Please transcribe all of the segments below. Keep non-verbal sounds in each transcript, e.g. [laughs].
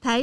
台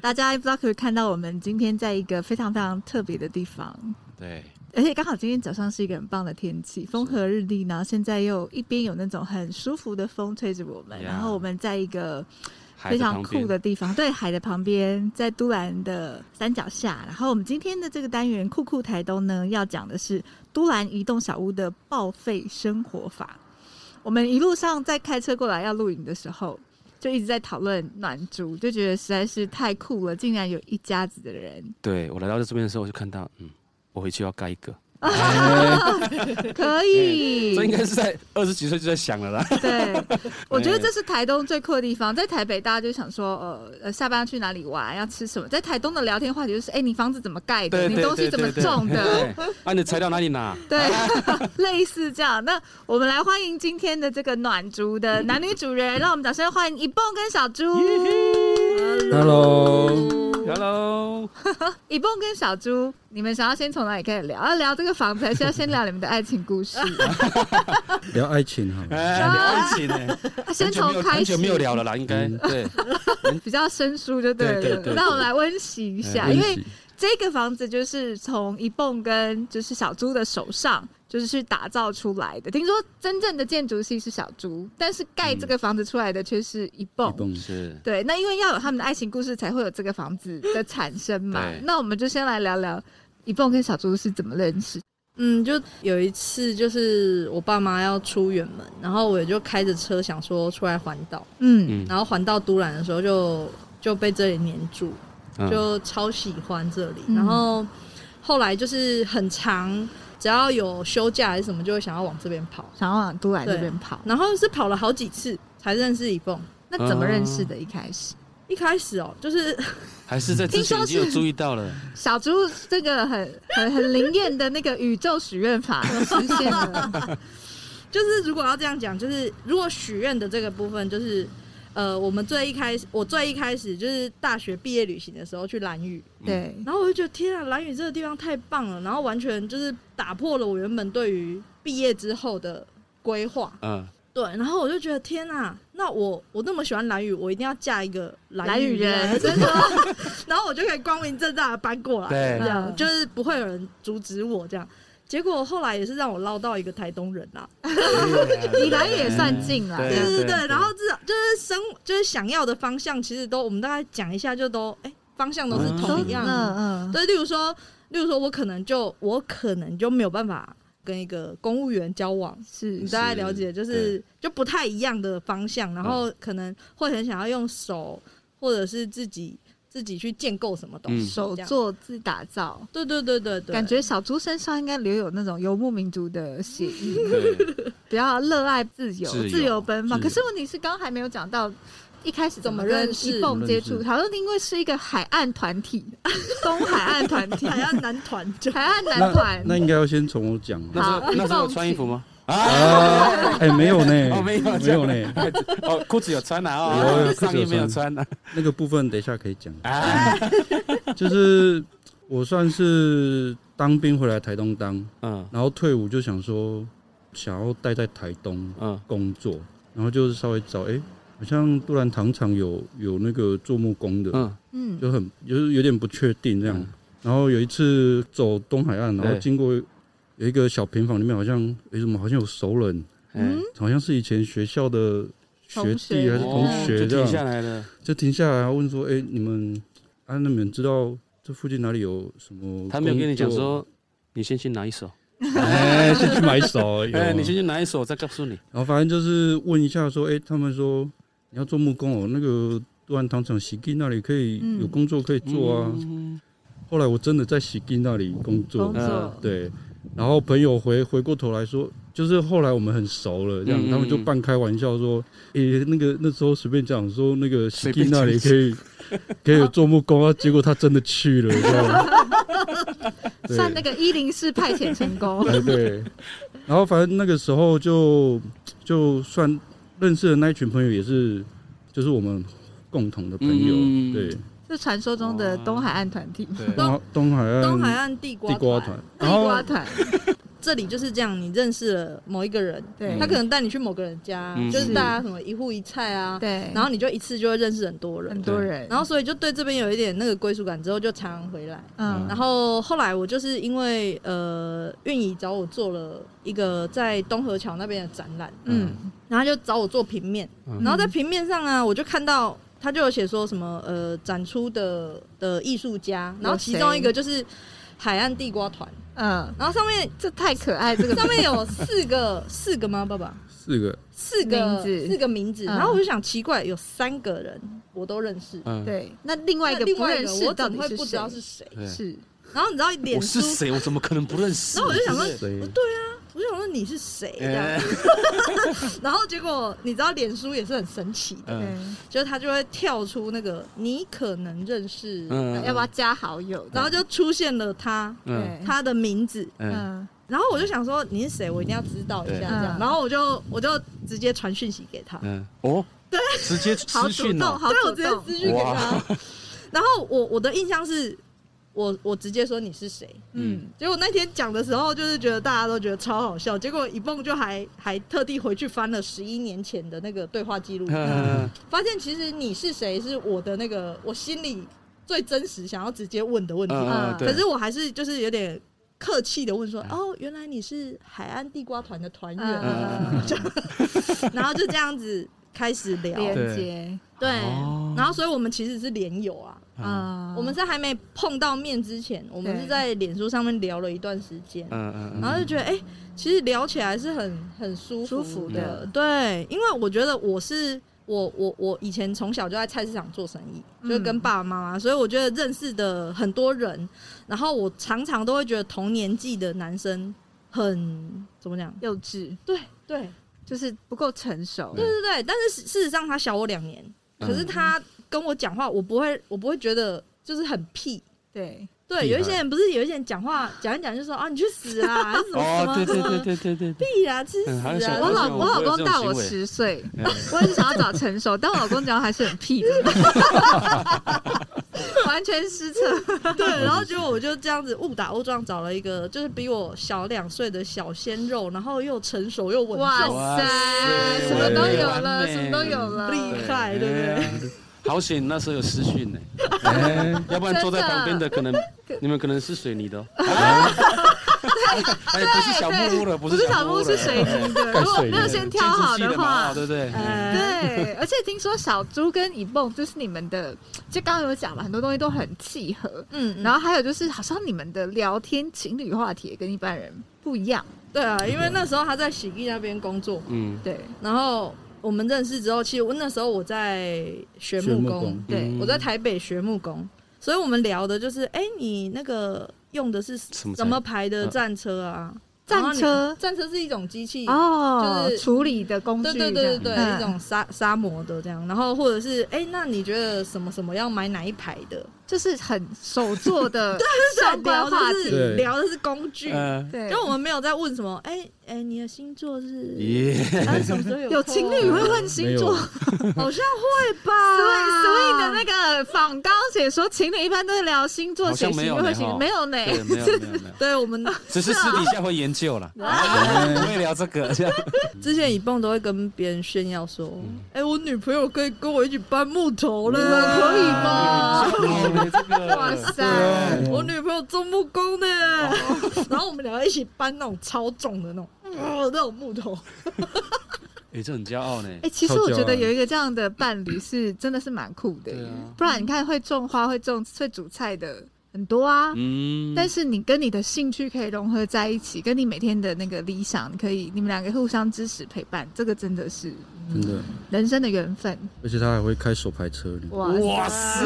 大家不知道可不可以看到，我们今天在一个非常非常特别的地方，对，而且刚好今天早上是一个很棒的天气，风和日丽，然后现在又一边有那种很舒服的风吹着我们 Yeah 然后我们在一个海非的常旁酷边的地方，对，海的旁边，在都兰的山脚下。然后我们今天的这个单元酷酷台东呢，要讲的是都兰移动小屋的报废生活法。我们一路上在开车过来要露营的时候，就一直在讨论暖竹，就觉得实在是太酷了，竟然有一家子的人对我来到这边的时候，我就看到，嗯，我回去要盖一个。可这应以。该是在二十几岁就在想了啦。 [laughs] [laughs] 对，我觉得这是台东最酷的地方。在台北，大家就想说，呃呃，下班要去哪里玩，要吃什么。在台东的聊天话题就是，哎、你房子怎么盖的？对你对东西对怎么对对种的？ [laughs] 对，啊，你的材料哪 [laughs] 里拿？对，类似这样。那我们来欢迎今天的这个暖竹的男女主人，让我们掌声欢迎一蹦跟小猪。 Hello，一蹦跟小猪，你们想要先从哪里开始聊？要聊这个房子，还是要先聊你们的爱情故 [laughs] 事？聊爱情好了，哎，了解呢， [laughs] 先从开很久始，没有聊了啦，应该嗯对，比较生疏就对了。对对对那我们来温习一下，哎因温为习这个房子就是从一蹦跟就是小猪的手上。就是去打造出来的。听说真正的建筑系是小猪，但是盖这个房子出来的却是一蹦一。蹦是对，那因为要有他们的爱情故事，才会有这个房子的产生 [laughs] 嘛对。那我们就先来聊聊一蹦跟小猪是怎么认识。嗯，就有一次，就是我爸妈要出远门，然后我就开着车想说出来环岛，嗯，嗯然后环到都兰的时候就就被这里黏住，嗯就超喜欢这里。嗯然后后来就是很长，只要有休假还是什么，就会想要往这边跑。想要往都兰这边跑，然后是跑了好几次才认识一蹦。那怎么认识的？一开始，一开始哦，就是还是在之前已经有注意到了，小猪这个很很很灵验的那个宇宙许愿法都实现 [laughs] 了。就是如果要这样讲，就是如果许愿的这个部分，就是呃，我们最一开始，我最一开始就是大学毕业旅行的时候去兰屿，对，嗯然后我就觉得天啊，兰屿这个地方太棒了，然后完全就是打破了我原本对于毕业之后的规划。嗯，对，然后我就觉得天啊，那我我那么喜欢兰屿，我一定要嫁一个蓝兰雨屿人人，真 [laughs] 的 [laughs] 然后我就可以光明正大的搬过来，对啊这样嗯就是不会有人阻止我这样。结果后来也是让我捞到一个台东人啦、你来也算近啦。对啊对对对对，然后至少就是生就是想要的方向，其实都我们大概讲一下，就都哎、方向都是嗯同一样的。嗯嗯，对，例如说，例如说我可能就我可能就没有办法跟一个公务员交往，是你大概了解，就是就不太一样的方向，然后可能会很想要用手或者是自己自己去建构什么东西，嗯手这样做自打造。对对对对对，感觉小猪身上应该留有那种游牧民族的血液。[laughs] [laughs] 对，比较热爱自由、自由奔放。自可由是问题是，刚刚还没有讲到一开始怎么么跟认识一蹦接触，认识好像因为是一个海岸团体，东海岸团体、海岸男团就海岸男那哦团。那应该要先从我讲那 [laughs] 啊时候好那时候有穿衣服 [laughs] 吗？啊，啊！哎，没有呢，哦没有没有呢，哦，裤子有穿啊，有哦有，裤子有上衣没有 [laughs] 穿啊，那个部分等一下可以讲。啊就是我算是当兵回来台东当，嗯然后退伍就想说想要待在台东嗯工作，然后就是稍微找哎，好像杜兰糖厂有有那个做木工的，嗯，嗯，就很就是有点不确定这样嗯。然后有一次走东海岸，然后对经过有一个小平房，里面好像有什么，好像有熟人，哎嗯，好像是以前学校的学弟同学还是同哦学就这停下样，来了，就停下来然后问说：“哎、你们啊，那你们知道这附近哪里有什么？”他没有跟你讲，说，你先去拿一手，哎、先去买 [laughs] 手，有啊哎，你先去拿一手，再告诉你，然后反正就是问一下说：“哎、他们说你要做木工哦，那个杜安糖厂喜地那里可以、嗯有工作可以做啊。嗯后来我真的在喜地那里工作，工作对，然后朋友回回过头来说，就是后来我们很熟了，这样嗯嗯他们就半开玩笑说，诶、那个那时候随便讲说那个西随地便那里可以可以有做木工啊，结果他真的去了，这样 [laughs] 对。算那个一零四派遣成功哎对，然后反正那个时候就就算认识的那一群朋友也是，就是我们共同的朋友，嗯嗯嗯对，是传说中的东海岸团体，对东海东海岸东海岸地瓜地瓜团团，，地然后瓜团，这里就是这样，你认识了某一个人，对他可能带你去某个人家，嗯就是是大家什么一户一菜啊，对，然后你就一次就会认识很多人很，多人，然后所以就对这边有一点那个归属感，之后就常常回来。嗯，然后后来我就是因为呃，运怡找我做了一个在东河桥那边的展览，嗯然后他就找我做平面，嗯然后在平面上啊，我就看到他就有写说什么呃展出的的艺术家，然后其中一个就是海岸地瓜团，嗯，然后 [laughs] 上面这太可爱，这个 [laughs] 上面有四个四个吗？爸爸？四个四个名字四个名字，嗯然后我就想奇怪，有三个人我都认识，嗯，对。那另外一那个另不外一认个识我到怎么底会是不知道是谁？谁？对是然后你知道脸我书是，谁？我怎么可能不认识？然后我就想说啊是不是谁？我想说你是谁这样嗯 [laughs] 哎子，然后结果你知道脸书也是很神奇的，对嗯，就是它就会跳出那个你可能认识，嗯要不要加好友？然后就出现了他嗯对，他的名字，嗯嗯，然后我就想说你是谁，我一定要知道一下对这嗯样，然后我就我就直接传讯息给他，嗯，哦，对，直接好私主讯哦动，了，好哦对我主直接动，私讯给他，然后我我的印象是，我我直接说你是谁，嗯，结果那天讲的时候，就是觉得大家都觉得超好笑，结果一蹦就还还特地回去翻了十一年前的那个对话记录，嗯，发现其实你是谁是我的那个我心里最真实想要直接问的问题，嗯，对可是我还是就是有点客气的问说，嗯哦，原来你是海岸地瓜团的团员，嗯就嗯 [laughs] 然后就这样子开始聊，连对接，对哦，然后所以我们其实是连友啊，嗯嗯，我们在还没碰到面之前，我们对是在脸书上面聊了一段时间，嗯嗯，然后就觉得哎、其实聊起来是很很舒舒服服的的，对，因为我觉得我是。我我我以前从小就在菜市场做生意，就嗯跟爸爸妈妈，所以我觉得认识的很多人，然后我常常都会觉得同年纪的男生很怎么讲？幼稚，对对就是不够成熟，对对对，但是事事实上他小我两年，嗯可是他跟我讲话，我不会我不会觉得就是很屁，对，对，屁有一孩些人不是有一些人讲话讲一讲就说啊，你去死 [laughs] 啦，还是什么什哦，么对对什么对对对对对，屁啦，吃嗯还有死小啊！我而且老我我老会有这公种大我行为十岁，嗯我也是想要找成熟，但我老公讲话还是很屁的，完全失策。对，然后结果我就这样子误打误撞找了一个，就是比我小两岁的小鲜肉，然后又成熟又稳哇重，哇塞，塞什么都有完了，美什么都有了。 [laughs] 厉害，对不哎对？呀好险那时候有私讯呢，哎，要不然坐在真的旁边的可能你们可能是水 [laughs] 泥的哦，哎，不是小木屋了，不不是小木木屋是水泥的，盖如果水泥没有先挑挑好的话，嗯对不对？哎，对。而且听说小猪跟以蹦就是你们的，就刚刚有讲嘛，很多东西都很契合。嗯，然然后后还有就是，好像你们的聊天情侣话题也跟一般人不一样，对啊，因为那时候他在洗衣那边工作，嗯，对然后我们认识之后，其实我那时候我在学学木木工工，对。嗯我在台北学木工，所以我们聊的就是，哎，你那个用的是什么材什么牌的战车啊？战然后你车战车是一种机器哦，就是处理的工具对这对样，对对对，嗯一种杀杀魔的这样，然后或者是哎、那你觉得什么什么要买哪一排的？就是很手做的相关聊的话题，是对聊的是工具，嗯，对，就我们没有在问什么，哎、哎、你的星座是？耶，啊，什么时候有有空情侣会问星座，没有所好像会以吧？所以的那个访纲写说情侣一般都会聊星座，好谁像情没侣有会呢情侣哈没有呢？对，没有没 [laughs] 有没有，对我 [laughs] 们只是私底下会研究啊啦，哎不会聊这个， [laughs] 这样之前一蹦都会跟别人炫耀说，哎、我女朋友可以跟我一起搬木头了，可以吗？这个 [laughs] 哇塞，我女朋友做木工的，然后我们两个一起搬那种超重的那种，呃那种木头。哎，这很骄傲呢哎、，其实超我骄觉得傲有一个这样的伴侣是真的是蛮酷的啊对耶，啊不然你看会种花、会种、会煮菜的很多啊。嗯，但是你跟你的兴趣可以融合在一起，跟你每天的那个理想，你可以你们两个互相支持陪伴，这个真的是真的，人生的缘分。而且他还会开手排车呢，哇塞，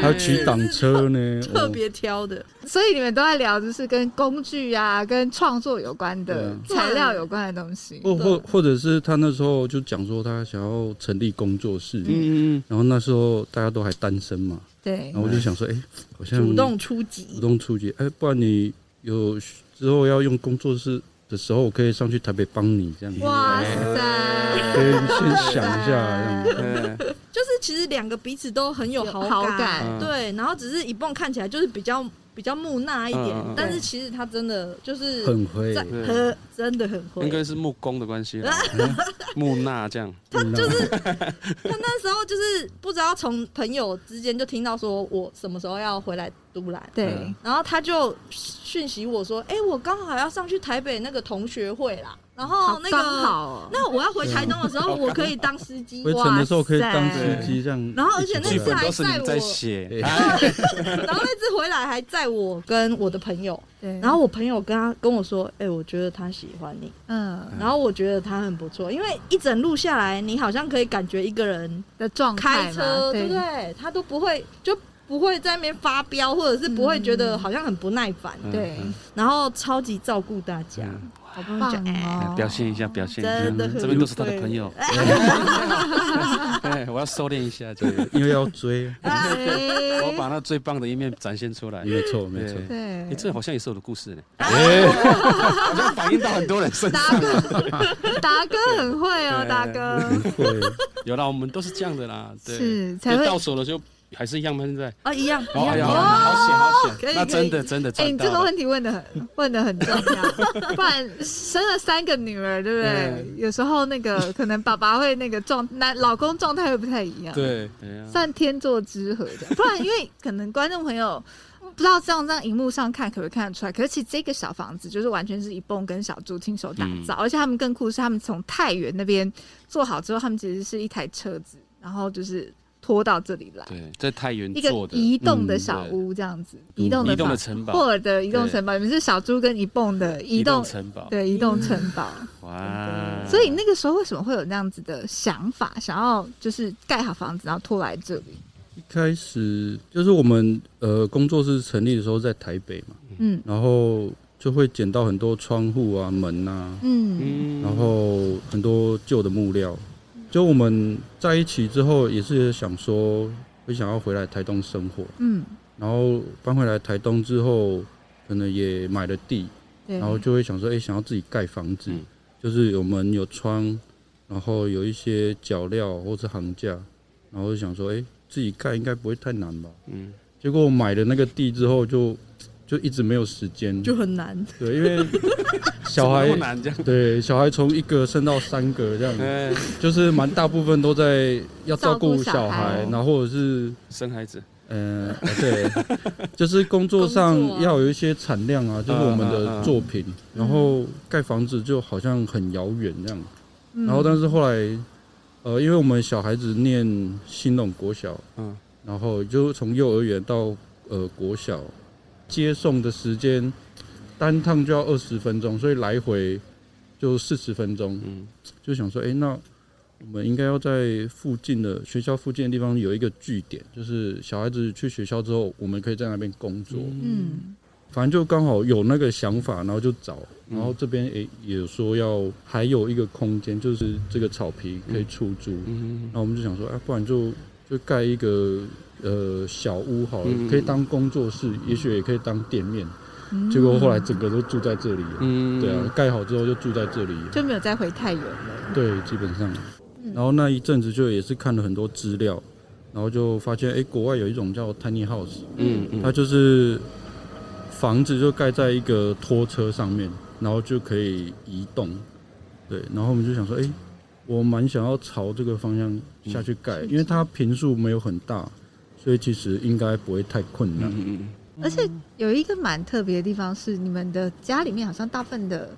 还有骑挡车呢， [laughs] 特哦别挑的，所以你们都在聊，就是跟工具啊、跟创作有关的、对啊材料有关的东西。哦或或或者是他那时候就讲说他想要成立工作室，嗯嗯然后那时候大家都还单身嘛，对然，后我就想说，哎、好像主动出主击，动出击，哎、不然你有之后要用工作室的时候，我可以上去台北帮你这样子，哇可以塞！先想一下这样子。嗯，哎就是其实两个彼此都很有好好嗯感对，然后只是一蹦看起来就是比较比较木讷一点，嗯嗯嗯但是其实他真的就是很会，在对呵，真的很会应。该是木工的 [laughs] 关系啦，木讷这样，他 [laughs] 就是他那时候就是不知道从朋友之间就听到说我什么时候要回来都兰，对，啊然后他就讯息我说，哎、我刚好要上去台北那个同学会啦，然后好那刚个好哦，那我要回台东的时候，我可以当司机回。程的时候嗯可以当司机这样。然后而且那剧次本还都是你们在对写，啊然后那次回来还载我跟我的朋友，对，然后我朋友跟他跟我说，哎、我觉得他喜欢你，嗯然后我觉得他很不错，因为一整路下来，你好像可以感觉一个人的状态开嘛车，对对不对？他都不会就不会在那边发飙，或者是不会觉得好像很不耐烦，嗯对嗯然后超级照顾大家，嗯我跟你棒讲，哎、哎哦！表现一下，表现一真的下，很这边都是他的朋友， [laughs] 哎，我要收敛一下，这个，因为要追，啊哎我把那最棒的一面展现出来。没错没错，对对哎，，这好像也是我的故 [laughs] 事呢，哎，好像反映到很多人身上。达哥很会哦， [laughs] 对达哥会有啦，我们都是这样的啦，对，是才就会。到手了就还是一样 [laughs] 嘛，现在。啊，一样，哦，一哎呀样，好险好可以险，那可以真的真的哎，赚你到这个了。问题问的 [laughs] 很问的很重要，不然生了三个女儿，对不对嗯？有时候那个可能爸爸会那个状，男老公状态会嗯不太一样。对，对啊算天作之合的，不然因为可能观众朋友不知道这样这样荧幕上看可不可以看得出来，可是其实这个小房子就是完全是一蹦跟小猪亲手打造，嗯而且他们更酷的是他们从太原那边做好之后，他们其实是一台车子，然后就是拖到这里来，对，这太原一个做的移动的嗯小对嗯屋这样子，移动的移动房的城堡，霍尔的移动城堡，你们是小猪跟一蹦的移移动动。城堡，嗯对移动城堡，哇！所以那个时候为什么会有那样子的想法，想要就是盖好房子，然后拖来这里？一开始就是我们呃工作室成立的时候在台北嘛，嗯然后就会捡到很多窗户啊、门啊，嗯，嗯然后很多旧的木料。就我们在一起之后，也是想说会想要回来台东生活，嗯，然后搬回来台东之后，可能也买了地，对，嗯然后就会想说，哎、想要自己盖房子，嗯就是有门有窗，然后有一些脚料或是行架，然后就想说，哎、自己盖应该不会太难吧？嗯，结果我买了那个地之后就，就一直没有时间，就很难。对，因为小怎么那孩嗯么难这样，哎对小孩从一个生到三个这样，对，就是蛮大部分都在要照顾照顾小小孩孩，然后或者是生孩子，嗯、呃对， [laughs] 就是工作上工作啊要有一些产量啊，就是我们嗯嗯的嗯作品，然后盖房子就好像很遥远这样，嗯然后但是后来，呃，因为我们小孩子念新农国小，嗯，然后就从幼儿园到呃国小，接送的时间单趟就要二十分钟，所以来回就四十分钟，嗯，就想说，哎、那我们应该要在附近的学校附近的地方有一个据点，就是小孩子去学校之后，我们可以在那边工作。嗯反正就刚好有那个想法，然后就找，嗯然后这边也也有说要还有一个空间，就是这个草皮可以出租。嗯那我们就想说，啊，不然就就盖一个呃小屋好了，嗯可以当工作室，也许也可以当店面。嗯结果后来整个都住在这里了。嗯对啊，，盖好之后就住在这里，就没有再回太原了。对，基本上嗯。然后那一阵子就也是看了很多资料，然后就发现，哎，国外有一种叫 tiny house，嗯嗯，它就是房子就盖在一个拖车上面，然后就可以移动。对，然后我们就想说，哎、我蛮想要朝这个方向下去盖，因为它平数没有很大，所以其实应该不会太困难。嗯嗯而且有一个蛮特别的地方是，你们的家里面好像大部分的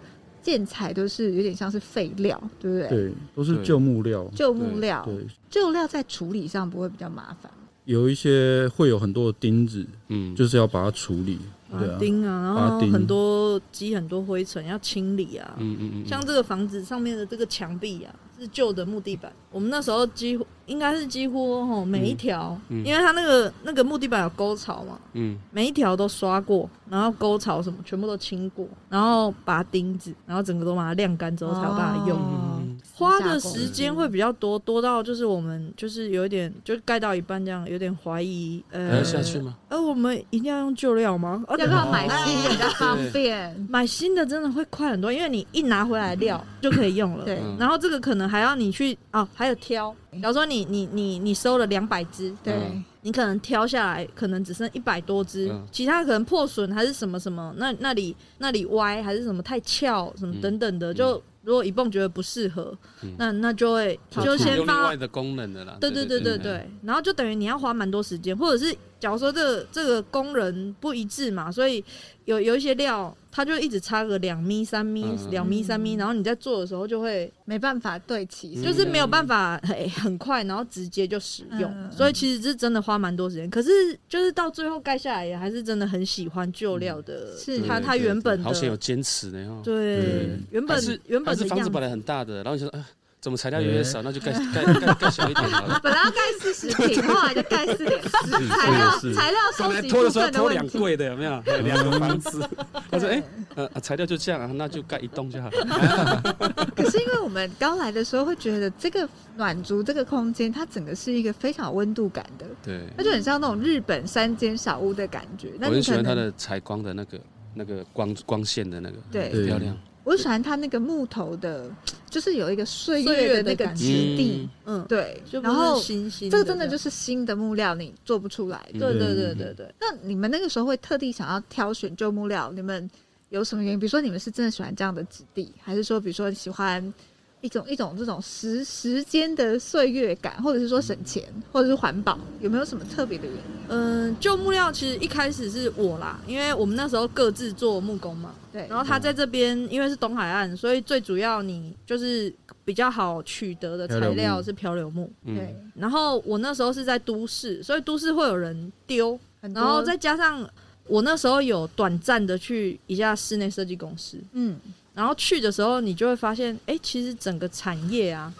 建材都是有点像是废料，对不对？对，都是对旧木料。旧木料，对，旧料在处理上不会比较麻烦。有一些会有很多的钉子，嗯，就是要把它处理。对啊，钉啊，然后拔钉很多积很多灰尘要清理啊，嗯嗯嗯，像这个房子上面的这个墙壁啊，是旧的木地板，我们那时候几乎应该是几乎吼每一条，嗯嗯因为它那个那个木地板有沟槽嘛，嗯，每一条都刷过，然后沟槽什么全部都清过，然后拔钉子，然后整个都把它晾干之后才有办法用。嗯哦嗯花的时间会比较多，多到就是我们就是有一点，就盖到一半这样，有点怀疑，还呃要，下去吗？呃，我们一定要用旧料吗？哦啊要不要买新的比较对方 [laughs] 便？买新的真的会快很多，因为你一拿回来料就可以用了。对嗯然后这个可能还要你去哦，还有挑，比如说你你你你收了两百只，对嗯，你可能挑下来可能只剩一百多只，嗯其他可能破损还是什么什么，那那里那里歪还是什么太翘什么嗯等等的，就如果一蹦觉得不适合，嗯那那就会就用先另放外的功能的啦。对对对对嗯对，然后就等于你要花蛮多时间，或者是假如说这个这个工人不一致嘛，所以有有一些料，他就一直差个两米三米嗯两米三米，嗯然后你在做的时候就会没办法对齐，嗯就是没有办法很很快，然后直接就使嗯用，所以其实是真的花蛮多时间。可是就是到最后盖下来，也还是真的很喜欢旧料的，是对它嗯对它对原本好险有的坚持呢哈。对嗯原还本是原本还是的样房子子本来很大的，然后你想说啊，怎么材料越来越少，那就盖盖盖盖小一点好了。本来要盖四十平，后来就盖四点四，是材料是材料 [laughs] 收本来集拖部的时候分的拖两问题。柜的有没有？还有两个房嗯子。 [laughs] 他说：“哎，呃，啊材料就这样，啊，那就盖一栋就好了。可是因为我们刚来的时候会觉得这个暖竹这个空间，它整个是一个非常有温度感的，”对，它就很像那种日本山间小屋的感觉。我那你很喜可欢能它的采光的那个那个光光线的那个，对，对漂亮。我喜欢它那个木头的，就是有一个岁岁月月的那的个感质觉地。嗯，对就，不然是后新新这个真的就是是新的木料，你做不出来的。嗯对对嗯对对对。那你们那个时候会特地想要挑选旧木料，你们有什么原因？比如说你们是真的喜欢这样的质地，还是说比如说喜欢一种一种这种时时间的岁月感，或者是说省钱，或者是环保，有没有什么特别的原因？嗯，旧木料其实一开始是我啦，因为我们那时候各自做木工嘛，对，然后他在这边因为是东海岸，所以最主要你就是比较好取得的材漂流料木是漂流木。对嗯，，然后我那时候是在都市，所以都市会有人丢，很多然后再加上我那时候有短暂的去一家室内设计公司，嗯然后去的时候你就会发现，哎、其实整个产业啊，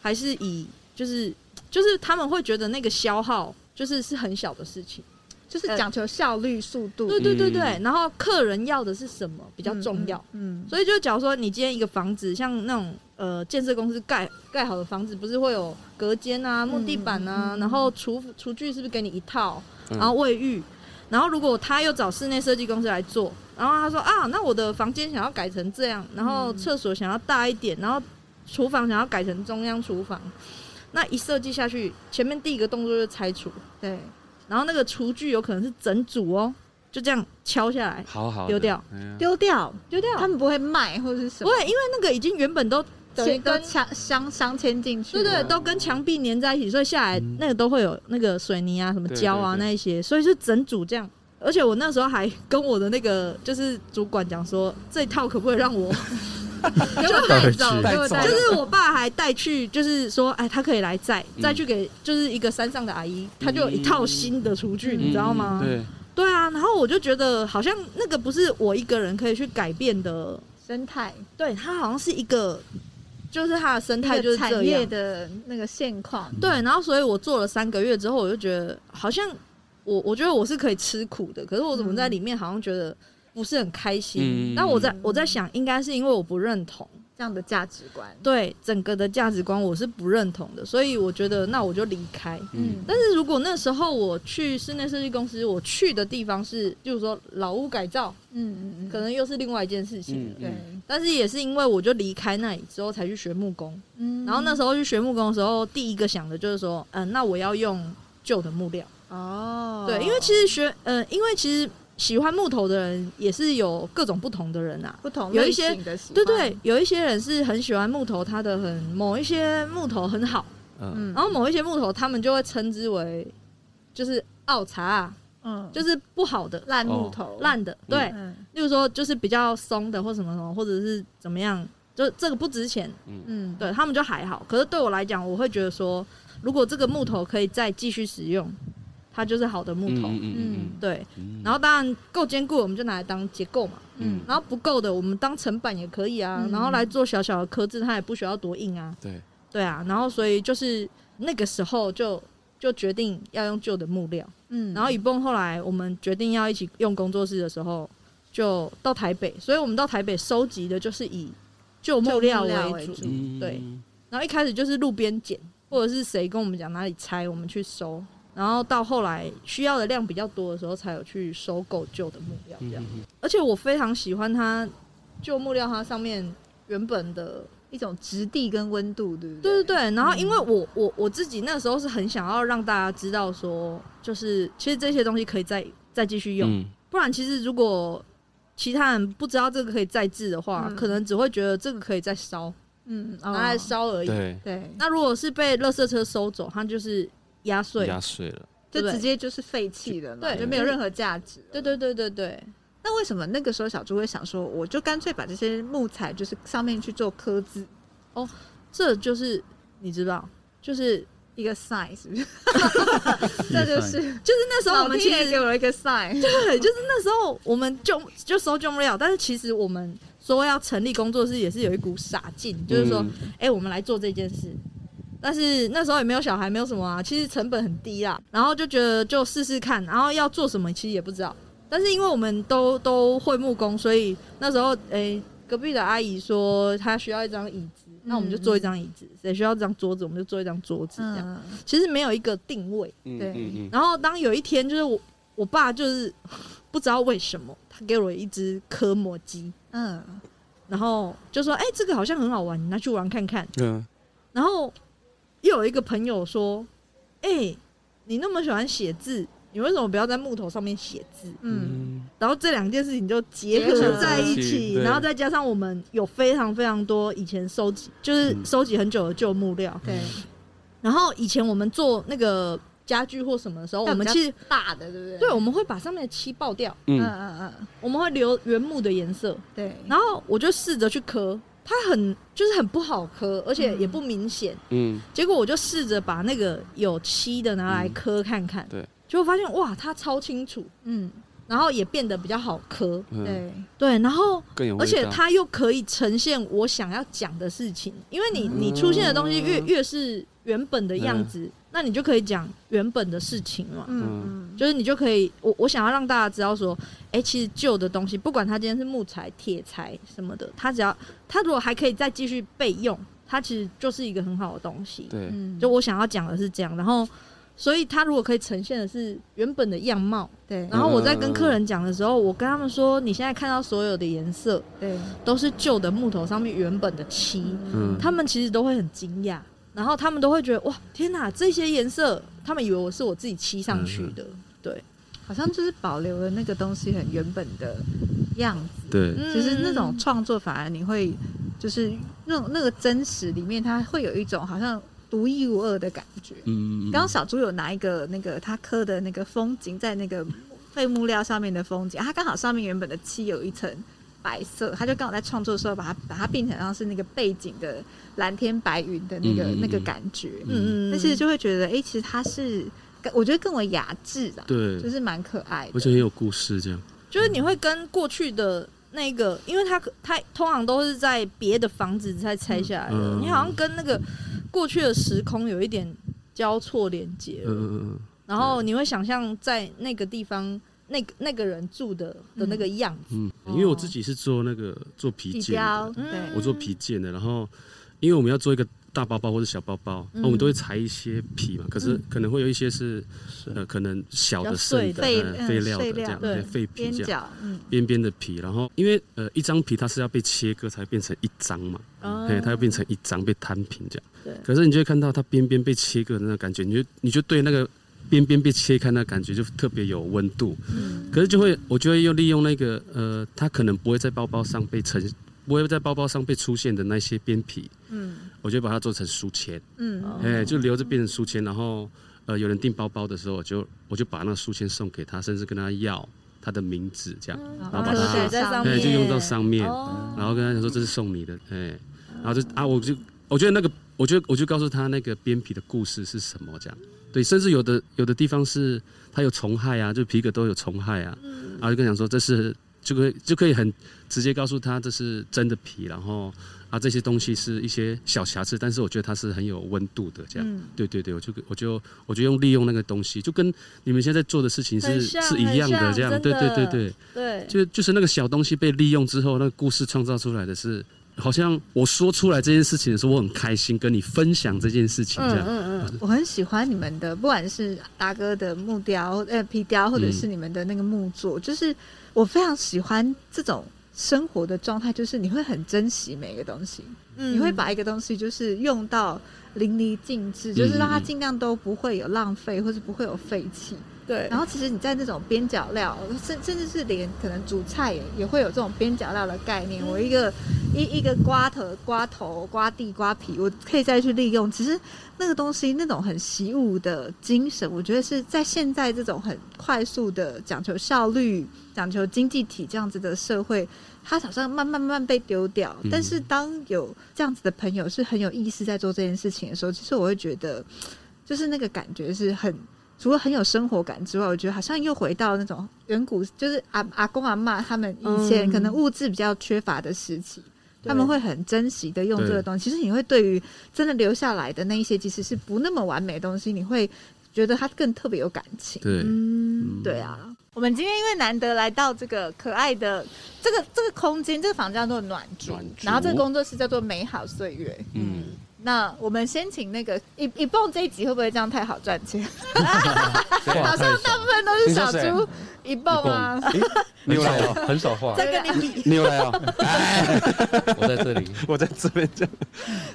还是以就是就是他们会觉得那个消耗就是是很小的事情。就是呃讲求效率、速度对对对对，嗯然后客人要的是什么比较重要。，嗯，所以就假如说你今天一个房子，像那种呃建设公司盖盖好的房子，不是会有隔间啊、木地板啊，嗯嗯然后厨厨具是不是给你一套，嗯然后卫浴，然后如果他又找室内设计公司来做，然后他说啊，那我的房间想要改成这样，然后嗯厕所想要大一点，然后厨房想要改成中央厨房，那一设计下去，前面第一个动作就是拆除，对，然后那个厨具有可能是整组哦，就这样敲下来好哦好的丢掉，哎呀丢掉，丢掉。他们不会卖或者是什不么，会，因为那个已经原本都等于都跟镶镶镶嵌进去对了，对，都跟墙壁粘在一起，所以下来嗯那个都会有那个水泥啊、什么对胶啊对对那一些，所以是整组这样。而且我那时候还跟我的那个就是主管讲说，这一套可不可以让我？就带走，带就走带就走。是我爸还带去，就是说，哎，他可以来载，再去给就是一个山上的阿姨，她就有一套新的厨具，嗯你知道吗？对，对啊，然后我就觉得好像那个不是我一个人可以去改变的，生态，对，它好像是一个，就是它的生生态就是这产样业。的那个现况，对，然后所以我做了三个月之后，我就觉得好像我我觉得我是可以吃苦的，可是我怎么嗯在里面好像觉得不是很开心？嗯那我在我在想，应该是因为我不认同这样的价值观，对整个的价值观，我是不认同的，所以我觉得那我就离开。嗯嗯，但是如果那时候我去室内设计公司，我去的地方是，就是说老屋改造，嗯嗯嗯，可能又是另外一件事情了。嗯对，但是也是因为我就离开那里之后才去学木工，嗯然后那时候去学木工的时候，第一个想的就是说，嗯、那我要用旧的木料。候哦，对，因为其实学，呃，因为其实喜欢木头的人也是有各种不同的人啊。不同有一类型些的喜欢对对，，有一些人是很喜欢木头，他的很某一些木头很好，嗯，嗯，然后某一些木头他们就会称之为就是奥茶啊，嗯就是不好的、哦烂木头，烂的。对，嗯例如说就是比较松的或什么什么，或者是怎么样，就这个不值钱，嗯，对他们就还好。可是对我来讲，我会觉得说，如果这个木头可以再继续使用，它就是好的木头。嗯嗯嗯对，嗯，然后当然够坚固，我们就拿来当结构嘛。嗯嗯然后不够的，我们当层板也可以啊。嗯然后来做小小的刻字，它也不需要多硬啊。对，对啊，然后所以就是那个时候就就决定要用旧的木料，嗯然后以蹦后来我们决定要一起用工作室的时候，就到台北，所以我们到台北收集的就是以旧木料旧木料为为主主，嗯，对然后一开始就是路边捡，或者是谁跟我们讲哪里拆，我们去收。然后到后来需要的量比较多的时候，才有去收购旧的木料这嗯，样。嗯而且我非常喜欢它旧木料，它上面原本的，一种质地跟温度，对不对对对对。然后因为我我我自己那时候是很想要让大家知道说，就是其实这些东西可以再再继续用，嗯不然其实如果其他人不知道这个可以再制的话，嗯可能只会觉得这个可以再烧，嗯，拿拿来，烧而已。对，对，那如果是被垃圾车收走，它就是压碎。压碎了，就对不对直接就是废弃了嘛，对就没有任何价值。对。对对对对，那为什么那个时候小猪会想说，我就干脆把这些木材就是上面去做刻字，这就是你知道，就是一个 sign 是不 [laughs] 是？一这个就 sign 是就是那时候我老们其天爷给实我了一个 sign。对，就是那时候我们就就收救不了，但是其实我们说要成立工作室也是有一股傻劲，就是说，嗯哎、我们来做这件事。但是那时候也没有小孩，没有什么啊，其实成本很低啦。然后就觉得就试试看，然后要做什么其实也不知道。但是因为我们都都会木工，所以那时候诶、隔壁的阿姨说她需要一张椅子，那我们就做一张椅子；谁、需要这张桌子，我们就做一张桌子。这样、嗯，其实没有一个定位。嗯对嗯嗯然后当有一天，就是我我爸就是 [laughs] 不知道为什么，他给我一只科摩机，嗯，然后就说：“哎、这个好像很好玩，你拿去玩看看。”嗯，然后又有一个朋友说：“哎、你那么喜欢写字，你为什么不要在木头上面写字嗯，？”然后这两件事情就结结合合在一在一起，起对然后再加上我们有非常非常多以前收集，就是嗯收集很久的旧木料。对，然后以前我们做那个家具或什么的时候，但我们比较其实大的对不对？对我们会把上面的漆爆掉，嗯嗯嗯嗯，我们会留原木的颜色。对。然后我就试着去刻，它很就是很不好刻，而且也不明显。嗯结果我就试着把那个有漆的拿来磕看看，对，结果发现哇，它超清楚，嗯，然后也变得比较好磕，嗯，嗯，对，对，然后更有味道，而且它又可以呈现我想要讲的事情，因为你嗯你出现的东西越越是原本的样子，那你就可以讲原本的事情嘛。嗯嗯，就是你就可以，我我想要让大家知道说，哎、其实旧的东西，不管它今天是木材、铁材什么的，它只要它如果还可以再继续备用，它其实就是一个很好的东西。对，嗯就我想要讲的是这样，然后所以他如果可以呈现的是原本的样貌，对然后我在跟客人讲的时候，我跟他们说，你现在看到所有的颜色对，都是旧的木头上面原本的漆，嗯他们其实都会很惊讶，然后他们都会觉得哇，天哪，这些颜色，他们以为我是我自己漆上去的，对，好像就是保留了那个东西很原本的样子。嗯对，嗯其实那种创作，反而你会就是那种那个真实里面，它会有一种好像独一无二的感觉。嗯嗯刚刚小猪有拿一个那个他刻的那个风景，在那个废木料上面的风景，啊它刚好上面原本的漆有一层白色，他就刚好在创作的时候把它把它变成像是那个背景的蓝天白云的那个、嗯嗯嗯那个感觉。嗯嗯，但是就会觉得，哎、其实它是更我觉得更为雅致啦，就对，是蛮可爱的。而且很有故事这样，就是你会跟过去的那个，因为他可他通常都是在别的房子才拆下来的，嗯嗯你好像跟那个过去的时空有一点交错连接嗯，嗯嗯然后你会想象在那个地方。那个那个人住的的那个样子，嗯，因为我自己是做那个做皮地件标，的，对嗯，我做皮件的，然后因为我们要做一个大包包或者小包包，嗯那、我们都会裁一些皮嘛，可是可能会有一些是呃可能小比的较碎剩的的废呃嗯废料碎的这料样，对对废皮边这样。角，嗯，边边的皮，然后因为呃一张皮它是要被切割才变成一张嘛，哦哎、它要变成一张被摊平这样。对可是你就会看到它边边被切割的那个感觉，你就你就对那个边边被切开那个感觉就特别有温度。嗯可是就会，我就会又利用那个呃，它可能不会在包包上被呈，不会在包包上被出现的那些边皮，嗯我就把它做成书签，嗯哦哎、就留着变成书签，然后呃有人订包包的时候，我就我就把那个书签送给他，甚至跟他要他的名字这样。哦然后把它写在上哎、面就用到上面，哦然后跟他讲说这是送你的，哎、然后就啊，我就我觉得那个，我就我就告诉他那个边皮的故事是什么，这样对，甚至有嗯的有的地方是它有虫害啊，就皮革都有虫害啊，然后就跟他讲说这是就可以就可以很直接告诉他这是真的皮，然后啊这些东西是一些小瑕疵，但是我觉得它是很有温度的这样。嗯，对对对，我就我就我就用利用那个东西，就跟你们现在做的事情很是像是一样很像这样。真对的对对对，对，就就是那个小东西被利用之后，那个故事创造出来的是，好像我说出来这件事情的时候，我很开心跟你分享这件事情这嗯样。嗯嗯，我很喜欢你们的，不管是达哥的木雕、呃皮雕，或者是你们的那个木作，就是我非常喜欢这种生活的状态，就是你会很珍惜每个东西，嗯，你会把一个东西就是用到淋漓尽致，就是让它尽量都不会有浪费，或是不会有废气。对，然后其实你在那种边角料，甚甚至是连可能煮菜也也会有这种边角料的概念。我一个一一个瓜头、瓜头、瓜地、瓜皮，我可以再去利用。其实那个东西那种很习武的精神，我觉得是在现在这种很快速的讲求效率、讲求经济体这样子的社会。它好像慢慢慢慢被丢掉，嗯但是当有这样子的朋友是很有意识在做这件事情的时候，其实我会觉得，就是那个感觉是很除了很有生活感之外，我觉得好像又回到那种远古，就是阿阿公阿嬷他们以前嗯可能物质比较缺乏的时期，对他们会很珍惜的用这个东西。其实你会对于真的留下来的那一些，即使是不那么完美的东西，你会觉得它更特别有感情。对，嗯，对啊，我们今天因为难得来到这个可爱的这个这个空间，这个房间叫做暖竹暖，竹然后这个工作室叫做美好岁月。嗯，那我们先请那个一一蹦这一集会不会这样太好赚 [laughs] 钱？话好像太大少部，分都是小你说猪一蹦啊，很少话，啊很少话，在跟你比，你又来啊！ [laughs] 我在这里。我在这边这样。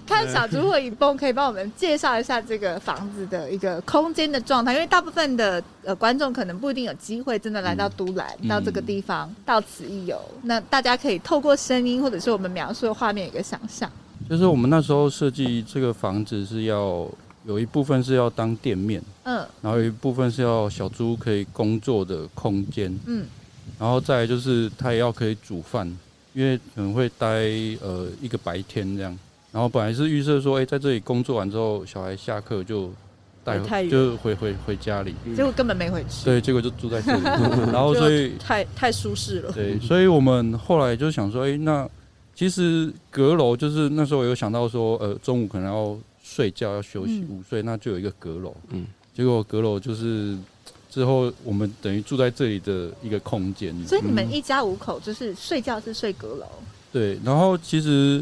看小猪或一蹦可以帮我们介绍一下这个房子的一个空间的状态，因为大部分的呃观众可能不一定有机会真的来到都兰、嗯到这个地方，到此一游。那大家可以透过声音或者是我们描述的画面有一个想象。就是我们那时候设计这个房子是要有一部分是要当店面，嗯然后有一部分是要小猪可以工作的空间，嗯然后再来就是他也要可以煮饭，因为可能会待呃一个白天这样。然后本来是预设说，哎、在这里工作完之后，小孩下课就带回太原就回回回家里，结果根本没回去。对，结果就住在这 [laughs] 里。然后就所以太太舒适了，对，所以我们后来就想说，哎、那其实阁楼就是那时候有想到说，呃，中午可能要睡觉要休息嗯午睡，那就有一个阁楼。嗯嗯，结果阁楼就是之后我们等于住在这里的一个空间。所以你们一家五口就是睡觉是睡阁楼，对，然后其实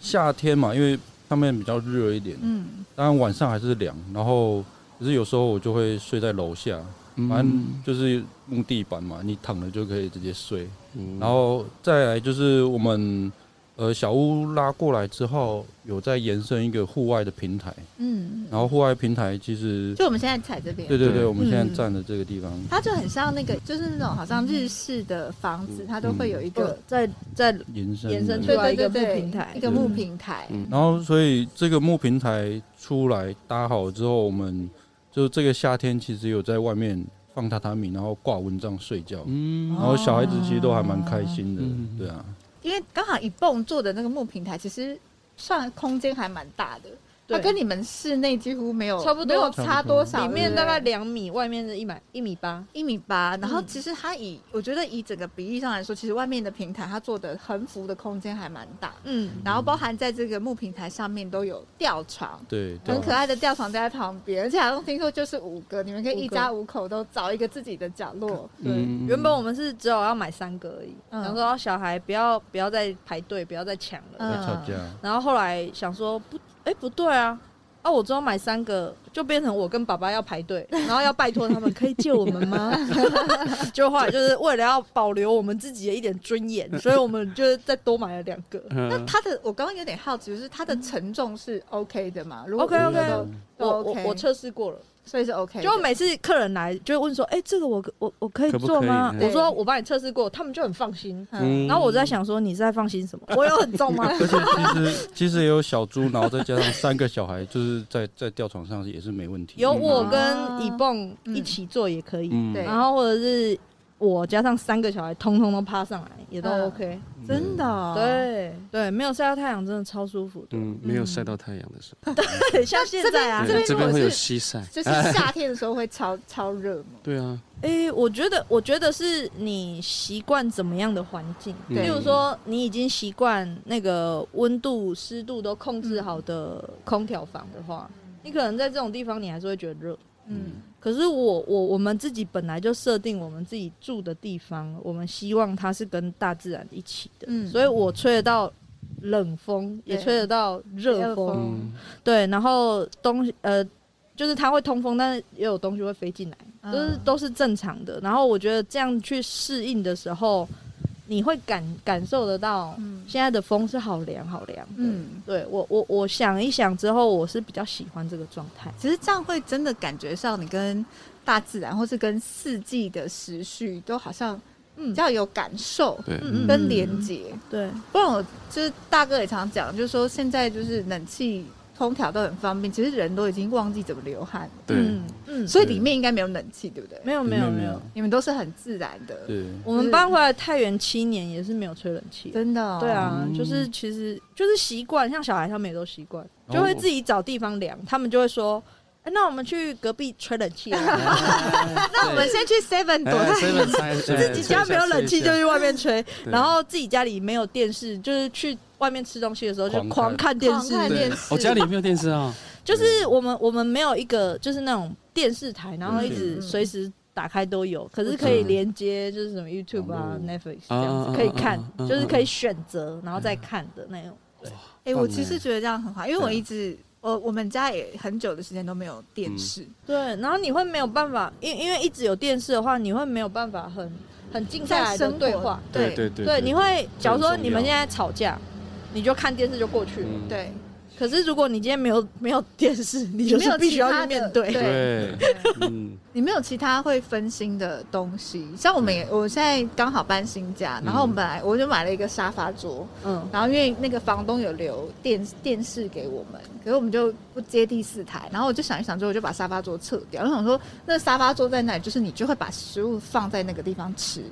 夏天嘛，因为上面比较热一点，嗯，当然晚上还是凉。然后可是有时候我就会睡在楼下，嗯反正就是木地板嘛，你躺了就可以直接睡。嗯然后再来就是我们呃小屋拉过来之后，有在延伸一个户外的平台，嗯，然后户外平台其实就我们现在踩这边，对对对，对我们现嗯在站的这个地方，它就很像那个，就是那种好像日式的房子，它都会有一就个在在延伸延伸的出对对对来一个木对平台一个木平台，嗯然后所以这个木平台出来搭好之后，我们就这个夏天其实有在外面放榻榻米，然后挂蚊帐睡觉，嗯然后小孩子其实都还蛮开心的，嗯对啊，因为刚好一蹦做的那个木平台，其实算空间还蛮大的，它对跟你们室内几乎没有差不多没有差多少，里面大概对不对两米，外面是一百一米八，一米八，然后嗯其实它以、我觉得以整个比例上来说，其实外面的平台它做的横幅的空间还蛮大，嗯，然后包含在这个木平台上面都有吊床，对，对很啊可爱的吊床在旁边，而且好像听说就是五个，你们可以一家五口都找一个自己的角落。对，嗯原本我们是只有要买三个而已，嗯想说小孩不要不要再排队，不要再抢了。嗯在吵架，然后后来想说不，哎、不对啊，啊，我只有买三个，就变成我跟爸爸要排 [laughs] 队，然后要拜托他们可以借我们吗？就后来就是为了要保留我们自己的一点尊严，嗯所以我们就是再多买了两个。那嗯它的我刚刚有点好奇，就是它的承重是 OK 的嘛？如果 OK，OK 五个都啊我都我 OK，我测试过了，所以是 OK 的。就每次客人来就会问说，哎、这个我我我可以可不做可以吗？嗯我说我帮你测试过，他们就很放心。嗯，然后我在想说，你是在放心什么？我有很重吗？而且其实其实也有小猪，然后再加上三个小孩，就是在在吊床上也是没问题。有我嗯跟以蹦一起做也可以，嗯对然后或者是我加上三个小孩，通通都趴上来，也都嗯 OK。啊真的、哦，对对，没有晒到太阳真的超舒服 [laughs] 的。嗯，没有晒到太阳的时候，对，像现在啊，对这这边如果边会有是西晒，哎就是夏天的时候会超超热嘛。对啊，诶、我觉得，我觉得是你习惯怎么样的环境。嗯例如说，你已经习惯那个温度、湿度都控制好的空调房的话，你可能在这种地方你还是会觉得热。嗯，可是我我我们自己本来就设定我们自己住的地方，我们希望它是跟大自然一起的，嗯所以我吹得到冷风，也对吹得到热热风，风嗯，对，然后东西呃，就是它会通风，但是也有东西会飞进来。嗯就是都是正常的。然后我觉得这样去适应的时候，你会感感受得到嗯现在的风是好凉好凉的。嗯，对我我我想一想之后，我是比较喜欢这个状态。其实这样会真的感觉上你跟大自然，或是跟四季的时序都好像比嗯，较有感受对，嗯跟连接。对，不然我就是大哥也常讲，就是说现在就是冷气、空调都很方便，其实人都已经忘记怎么流汗了，对，嗯嗯，所以里面应该没有冷气，对不对？没有没有没有有，，你们都是很自然的，对，我们搬回来太原七年也是没有吹冷气的。真的、哦。对，啊，嗯就是其实就是习惯，像小孩他们也都习惯，就会哦自己找地方凉，他们就会说，哎那我们去隔壁吹冷气啊。 [laughs] 那我们先去 Seven 哎躲太阳。自自己家没有冷气就去外面吹， [laughs] 对然后自己家里没有电视，就是去外面吃东西的时候就狂狂看看电视狂。看电视我哦家里没有电视啊，就是我们我们没有一个就是那种电视台，然后一嗯直随时打开都有，可是可以连接就是什么 YouTube 啊网、络 Netflix 这样啊子可以看啊啊，啊就是可以选择然后再看的那种。哎、我其实觉得这样很好，因为我对一直我我们家也很久的时间都没有电视，对，然后你会没有办法，因因为一直有电视的话，你会没有办法很很静下来在的生活对话。对对对对，你会假如说很重要你们现在吵架，你就看电视就过去了。嗯对，可是如果你今天没有没有电视，你就没有是必须其他要的去面对。对，嗯，你没有其他会分心的东西。像我们也，我现在刚好搬新家，然后我们本来我就买了一个沙发桌，嗯，然后因为那个房东有留电电视给我们，可是我们就不接第四台。然后我就想一想之后，我就把沙发桌撤掉。我想说，那沙发桌在那里，就是你就会把食物放在那个地方吃，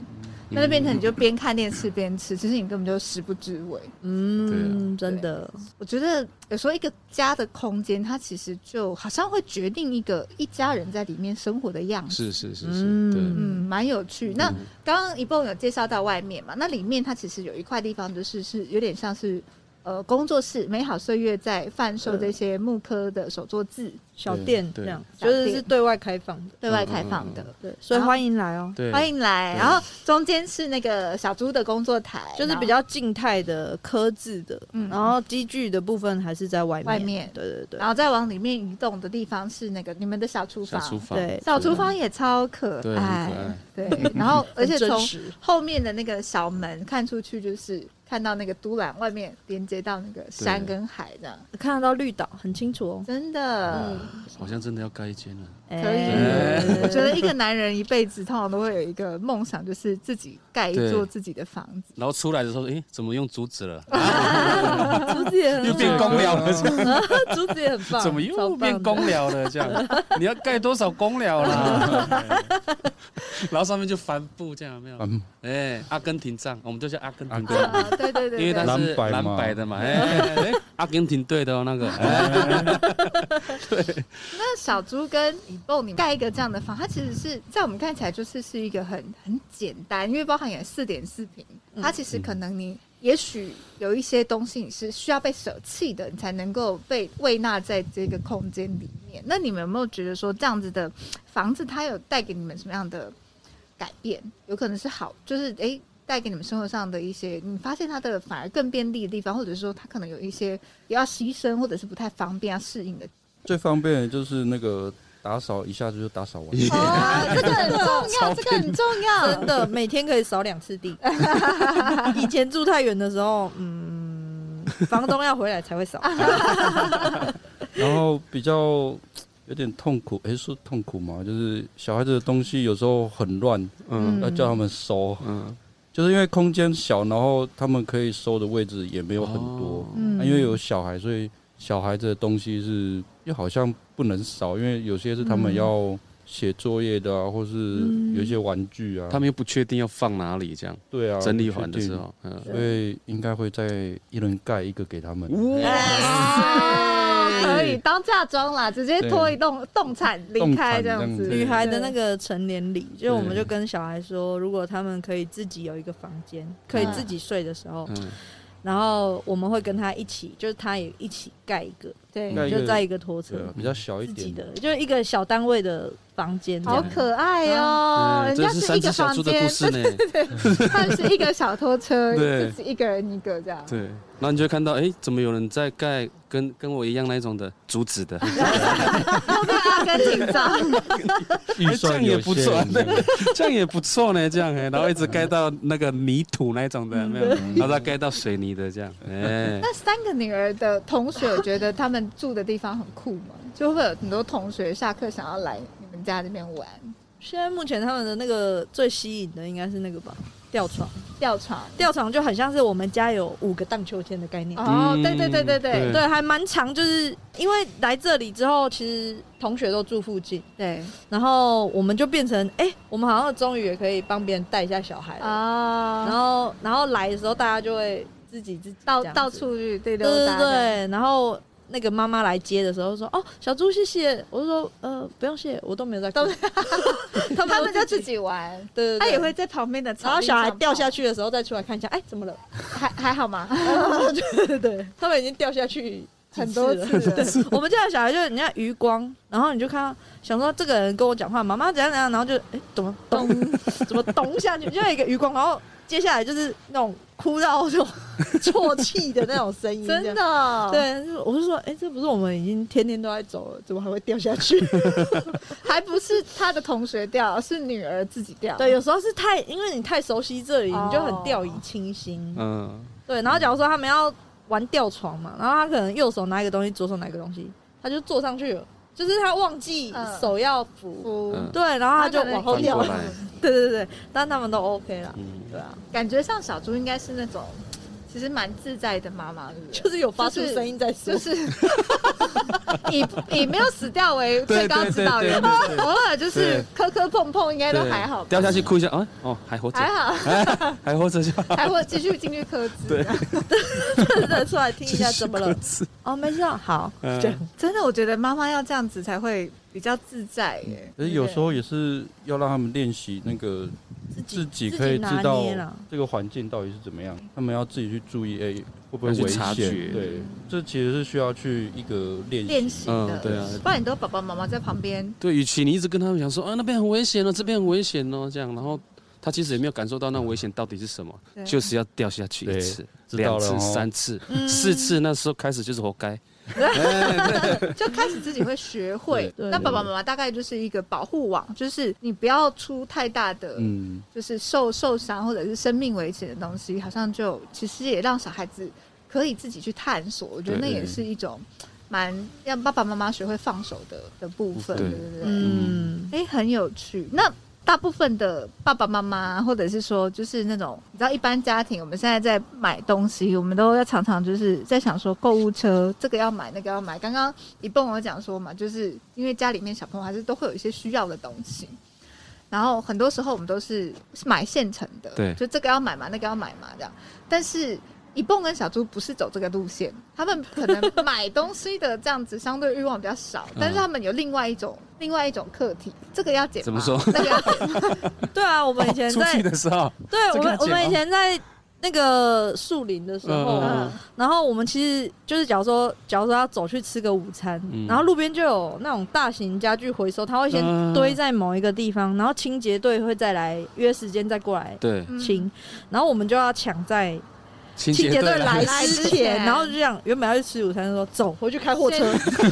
那就变成你就边看电视边吃，其实你根本就食不知味。嗯，真的，我觉得有时候一个家的空间，它其实就好像会决定一个一家人在里面生活的样子。是是是是，对，嗯，蛮有趣。那刚刚一蹦有介绍到外面嘛，那里面它其实有一块地方，就是是有点像是呃工作室，美好岁月在贩售这些木科的手作字，小店对这样，对就是是对外开放的，对外开放嗯的，对，所以然后欢迎来哦。对，欢迎来。对然后中间是那个小猪的工作台，就是比较静态的、科字的，嗯然后机具的部分还是在外面。外面对对对然后，然，后再往里面移动的地方是那个你们的小厨小房，厨房，对，小厨房也哎超可对，很可爱爱，，对。然后而且很真从实，后面的那个小门看出去，就是看到那个都兰外面连接到那个山对跟海这样，看得到绿岛很清楚哦。真的。好像真的要盖一间了，可以哎我觉得一个男人一辈子通常都会有一个梦想，就是自己盖一座对自己的房子。然后出来的时候，诶，怎么用竹子嗯了？竹子也很又变棒公了，竹子也很 [laughs] 棒，怎么超又棒变的公了了？这样， [laughs] 你要盖多少公了啦？ [laughs] [laughs] 然后上面就帆布这样，有没有？嗯，哎，阿根廷杖，我们就叫阿根廷阿杖，啊， [laughs] 对对对，因为对它是蓝白嘛蓝白 [laughs] 的嘛，哎，哎哎阿根廷队的哦，那个，哎那小猪跟以蹦，你盖一个这样的房，它其实是在我们看起来就是是一个很很简单，因为包含也四点四平，它其实可能你。也许有一些东西你是需要被舍弃的，你才能够被喂纳在这个空间里面。那你们有没有觉得说这样子的房子，它有带给你们什么样的改变？有可能是好，就是诶带、给你们生活上的一些，你发现它的反而更便利的地方，或者说它可能有一些也要牺牲，或者是不太方便要适应的最方便的就是那个打扫，一下子就打扫完。哦，这个很 [laughs] 重要，这个很重要，真的每天可以扫两次 [laughs] 地。以前住太远的时候，嗯，房东要回来才会扫。啊然后比较有点痛苦，诶，是痛苦嘛，就是小孩子的东西有时候很乱，嗯要叫他们收，嗯，就是因为空间小，然后他们可以收的位置也没有很多哦。嗯啊因为有小孩，嗯所以小孩子的东西是又好像不能少，因为有些是他们要写作业的啊，或是嗯有一些玩具啊，他们又不确定要放哪里，这样对啊整理完的时，不确定候，嗯，所以应该会再一人盖一个给他们。嗯啊哦可以当嫁妆啦，直接拖一栋动产离开这样子。动产这样子女孩的那个个成年礼，就我们对就跟小孩说，如果他们可以自己有一个房间，可以自己睡的时候，嗯然后我们会跟他一起，就是他也一起盖一个，对，盖一个就在一个拖车对啊，比较小一自己点的，就是一个小单位的房间这好样。可爱啊哦、人哎这家是是一三只个小房猪的间故，事 [laughs] 呢。 [laughs] 但是一个小拖车，对就是一个人一个这 [laughs] 样。对，然后你就会看到，哎，怎么有人在盖跟跟我一样那一种的竹子的？后面阿根廷照，这预样算也有不限错，[laughs] [laughs] 这样也不错呢，这样哎，然后一直盖到那个泥土那一种嗯的，没有，然后再盖到水泥的这样，哎， [laughs] 那三个女儿的同学觉得他们住的地方很酷吗？就会有很多同学下课想要来你们家这边玩，现在目前他们的那个最吸引的应该是那个吧，吊床。吊床。吊床就很像是我们家有五个荡秋千的概念。哦，嗯对对对对对对对，还蛮长，就是因为来这里之后，其实同学都住附近，对然后我们就变成，哎、我们好像终于也可以帮别人带一下小孩了。然啊，后，然后来的时候，大家就会自己自己到这样子到处去对对溜对达。对，然后那个妈妈来接的时候说：“哦，小猪谢谢。”我就说：“呃，不用谢，我都没有在哭。都” [laughs] 他他们就自自，己玩，对对对，他也会在旁边的草地然后小孩上跑掉下，去的时候再出来看一下，哎，怎么了？还还好 [laughs] 吗？对对，他们已经掉下去很多次了。次了，我们家的小孩就是人家余光，然后你就看到想说这个人跟我讲话，妈妈怎样怎样，然后就哎、怎么咚怎么咚下去，就有一个余光，然后接下来就是那种哭到这种啜泣的那种声音，真这样。的哦。对，就我就说，哎、这不是我们已经天天都在走了，怎么还会掉下去？还不是他的同学掉，是女儿自己掉。 [laughs] 对，，有时候是太，因为你太熟悉这里，哦你就很掉以轻心。嗯，对，然后假如说他们要玩吊床嘛，然后他可能右手拿一个东西，左手拿一个东西，他就坐上去了，就是他忘记嗯手要扶，嗯嗯对，然后他就往后翻掉过了。 [laughs] 来，对对对，但他们都 OK 啦，嗯，对啊，感觉上小猪应该是那种其实蛮自在的妈妈，对不对就是有发出就是声音在说，就是 [laughs] 以以没有死掉为最高指导原则，对对对对对偶尔就是磕磕碰碰，应该都还好吧，掉下去哭一下，啊，哦，还活着，还好，哎，还活着就 [laughs] 好，还会继续进去磕子。对，对对，出来听一下怎么了？哦，没事啊，好，嗯这样真的，我觉得妈妈要这样子才会比较自在耶。可是嗯有时候也是要让他们练习那个自己自己可以知自己拿道捏啦这个环境到底是怎么样，他们要自己去注意，哎、会不会要去危察险？觉对，嗯这其实是需要去一个练习。练习的，嗯对啊不然你都爸爸妈妈在旁边，对，与其你一直跟他们讲说啊那边很危险哦，这边很危险哦，这样，然后他其实也没有感受到那危险到底是什么，对就是要掉下去一对次、知两道了次、哦三次、嗯四次，那时候开始就是活该。就开始自己会学会。对那爸爸妈妈大概就是一个保护网，就是你不要出太大的，嗯，就是受受伤或者是生命危险的东西，好像就其实也让小孩子可以自己去探索。我觉得那对也是一种蛮让爸爸妈妈学会放手的的部分，对对不对？嗯，哎、很有趣。那大部分的爸爸妈妈，或者是说，就是那种你知道，一般家庭，我们现在在买东西，我们都要常常就是在想说，购物车这个要买，那个要买。刚刚一蹦我讲说嘛，就是因为家里面小朋友还是都会有一些需要的东西。然后很多时候我们都是是买现成的，对就这个要买嘛，那个要买嘛，这样。但是一蹦跟小猪不是走这个路 [laughs] 线，他们可能买东西的这样子相对欲望比较 [laughs] 少，但是他们有另外一种另外一种课题，这个要解嗯怎么说那个要 [laughs] 解吗对啊，我们以前出去在，的时候，对这我个们要我们剪以吗前在那个树林的时候啊，哦嗯然后我们其实就是，假如说，假如说要走去吃个午餐，嗯然后路边就有那种大型家具回收，他会先嗯堆在某一个地方，然后清洁队会再来约时间再过来对，嗯清，然后我们就要抢在清清洁队来来了来之之前，前然后就这样，原本要去吃午餐，就说走回去开货车先，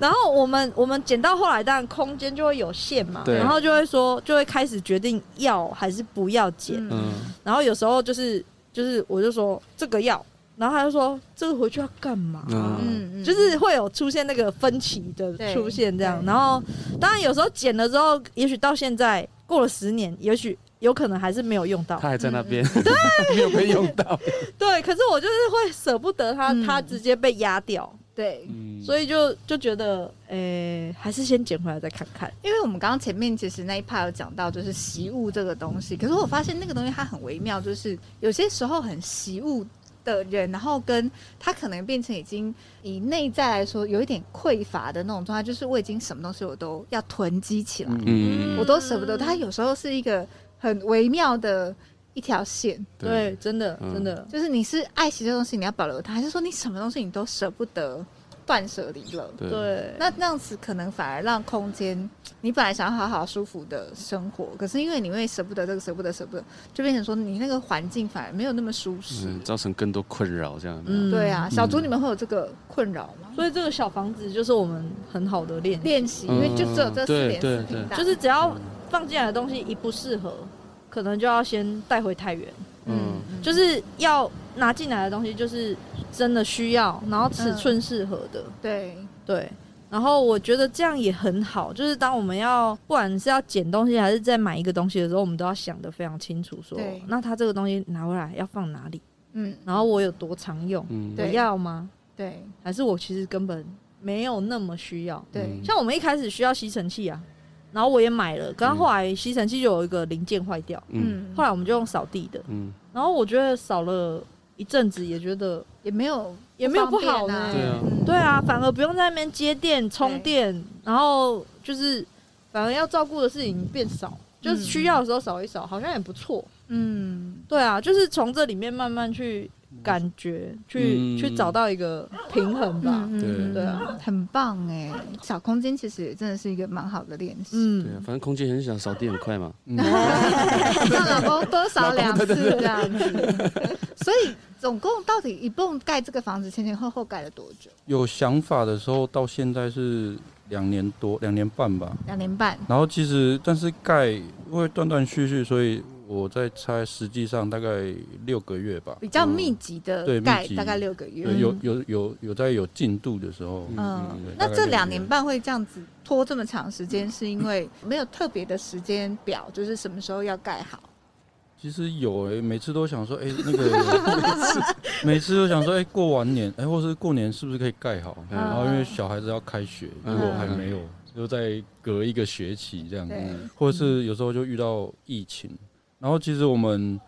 然后我们我们捡到后来，当然空间就会有限嘛，对然后就会说就会开始决定要还是不要捡，嗯，然后有时候就是就是我就说这个要，然后他就说这个回去要干嘛？嗯，嗯就是会有出现那个分歧的对出现这样，对然后当然有时候剪了之后，也许到现在过了十年，也许有可能还是没有用到他，还在那边， [laughs] 没有被用到。对，可是我就是会舍不得它，嗯它直接被压掉，对，嗯所以就就觉得，诶、还是先捡回来再看看。因为我们刚刚前面其实那一 part 有讲到，就是习物这个东西，可是我发现那个东西它很微妙，就是有些时候很习物的人，然后跟他可能变成已经以内在来说有一点匮乏的那种状态，就是我已经什么东西我都要囤积起来，嗯我都舍不得。它有时候是一个很微妙的一条线，对，真的，嗯真的，就是你是爱惜这东西，你要保留它，还是说你什么东西你都舍不得断舍离了？对对，那那样子可能反而让空间，你本来想要好好舒服的生活，可是因为你会舍不得这个舍不得舍不得，就变成说你那个环境反而没有那么舒适。嗯，造成更多困扰这样。嗯对啊，嗯小猪你们会有这个困扰吗？所以这个小房子就是我们很好的练习，练习，因为就只有这四嗯对点对四平大，就是只要放进来的东西一不适合，可能就要先带回太原，嗯，就是要拿进来的东西就是真的需要，然后嗯尺寸适合的，对，对。然后我觉得这样也很好，就是当我们要不管是要捡东西还是在买一个东西的时候，我们都要想得非常清楚说对那它这个东西拿回来要放哪里，嗯，然后我有多常用，嗯，我对要吗？对还是我其实根本没有那么需要？对嗯像我们一开始需要吸尘器啊，然后我也买了，可是后来吸尘器就有一个零件坏掉，嗯后来我们就用扫地的，嗯，然后我觉得扫了一阵子也觉得也没有也没有不方便好呢啊，对啊嗯对啊，反而不用在那边接电、充电，然后就是反而要照顾的事情变少，就是需要的时候扫一扫，好像也不错。嗯，对啊，就是从这里面慢慢去感觉，去、嗯去找到一个平衡吧。嗯嗯对对啊，很棒哎，小空间其实也真的是一个蛮好的练习，对啊，嗯，反正空间很小，扫地很快嘛。嗯让老公多扫两次这样 [laughs] 子。所以总共到底一共盖这个房子前前后后盖了多久？有想法的时候，到现在是两年多、两年半吧。两年半。然后其实，但是盖因为断断续续，所以我在猜，实际上大概六个月吧。比较密集嗯的对盖密集大概六个月，对，嗯有有有有在有进度的时候，嗯嗯，那大概这六两个月年半会这样子拖这么长时间，是因为没有特别的时间表，就是什么时候要盖好。其实有诶、每次都想说，诶、哎那个 [laughs] 每次都想说，诶、哎过完年，诶、或是过年是不是可以盖好？嗯然后因为小孩子要开学，结嗯果还没有，就再隔一个学期这样子，对，或者是有时候就遇到疫情。然后其实我们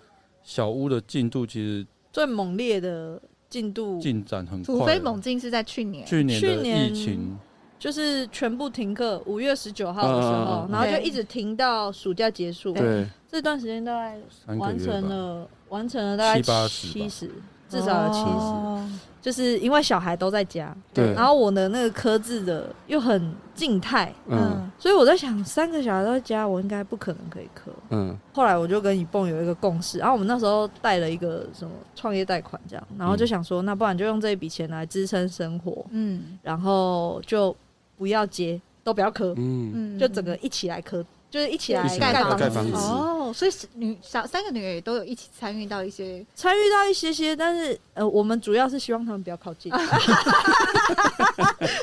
小屋的进度其实最猛烈的进度进展很快，突飞猛进是在去年，嗯去年去的年疫情，就是全部停课，五月十九号的时嗯候嗯，嗯然后就对一直停到暑假结束。对，这段时间大概三个完月成吧，了，完成了大概七八十吧七十，至少有七十、哦就是因为小孩都在家，对然后我的那个科字的又很静态，嗯所以我在想，三个小孩都在家，我应该不可能可以科。嗯后来我就跟一蹦有一个共识，然后我们那时候贷了一个什么创业贷款这样，然后就想说，那不然就用这一笔钱来支撑生活，嗯然后就不要接，都不要科，嗯，嗯，就整个一起来科，就是一起来一起来盖盖房子哦，所以是女小三个女儿也都有一起参与到一些参与到一些些，但是呃，我们主要是希望他们不要靠 [laughs] 近。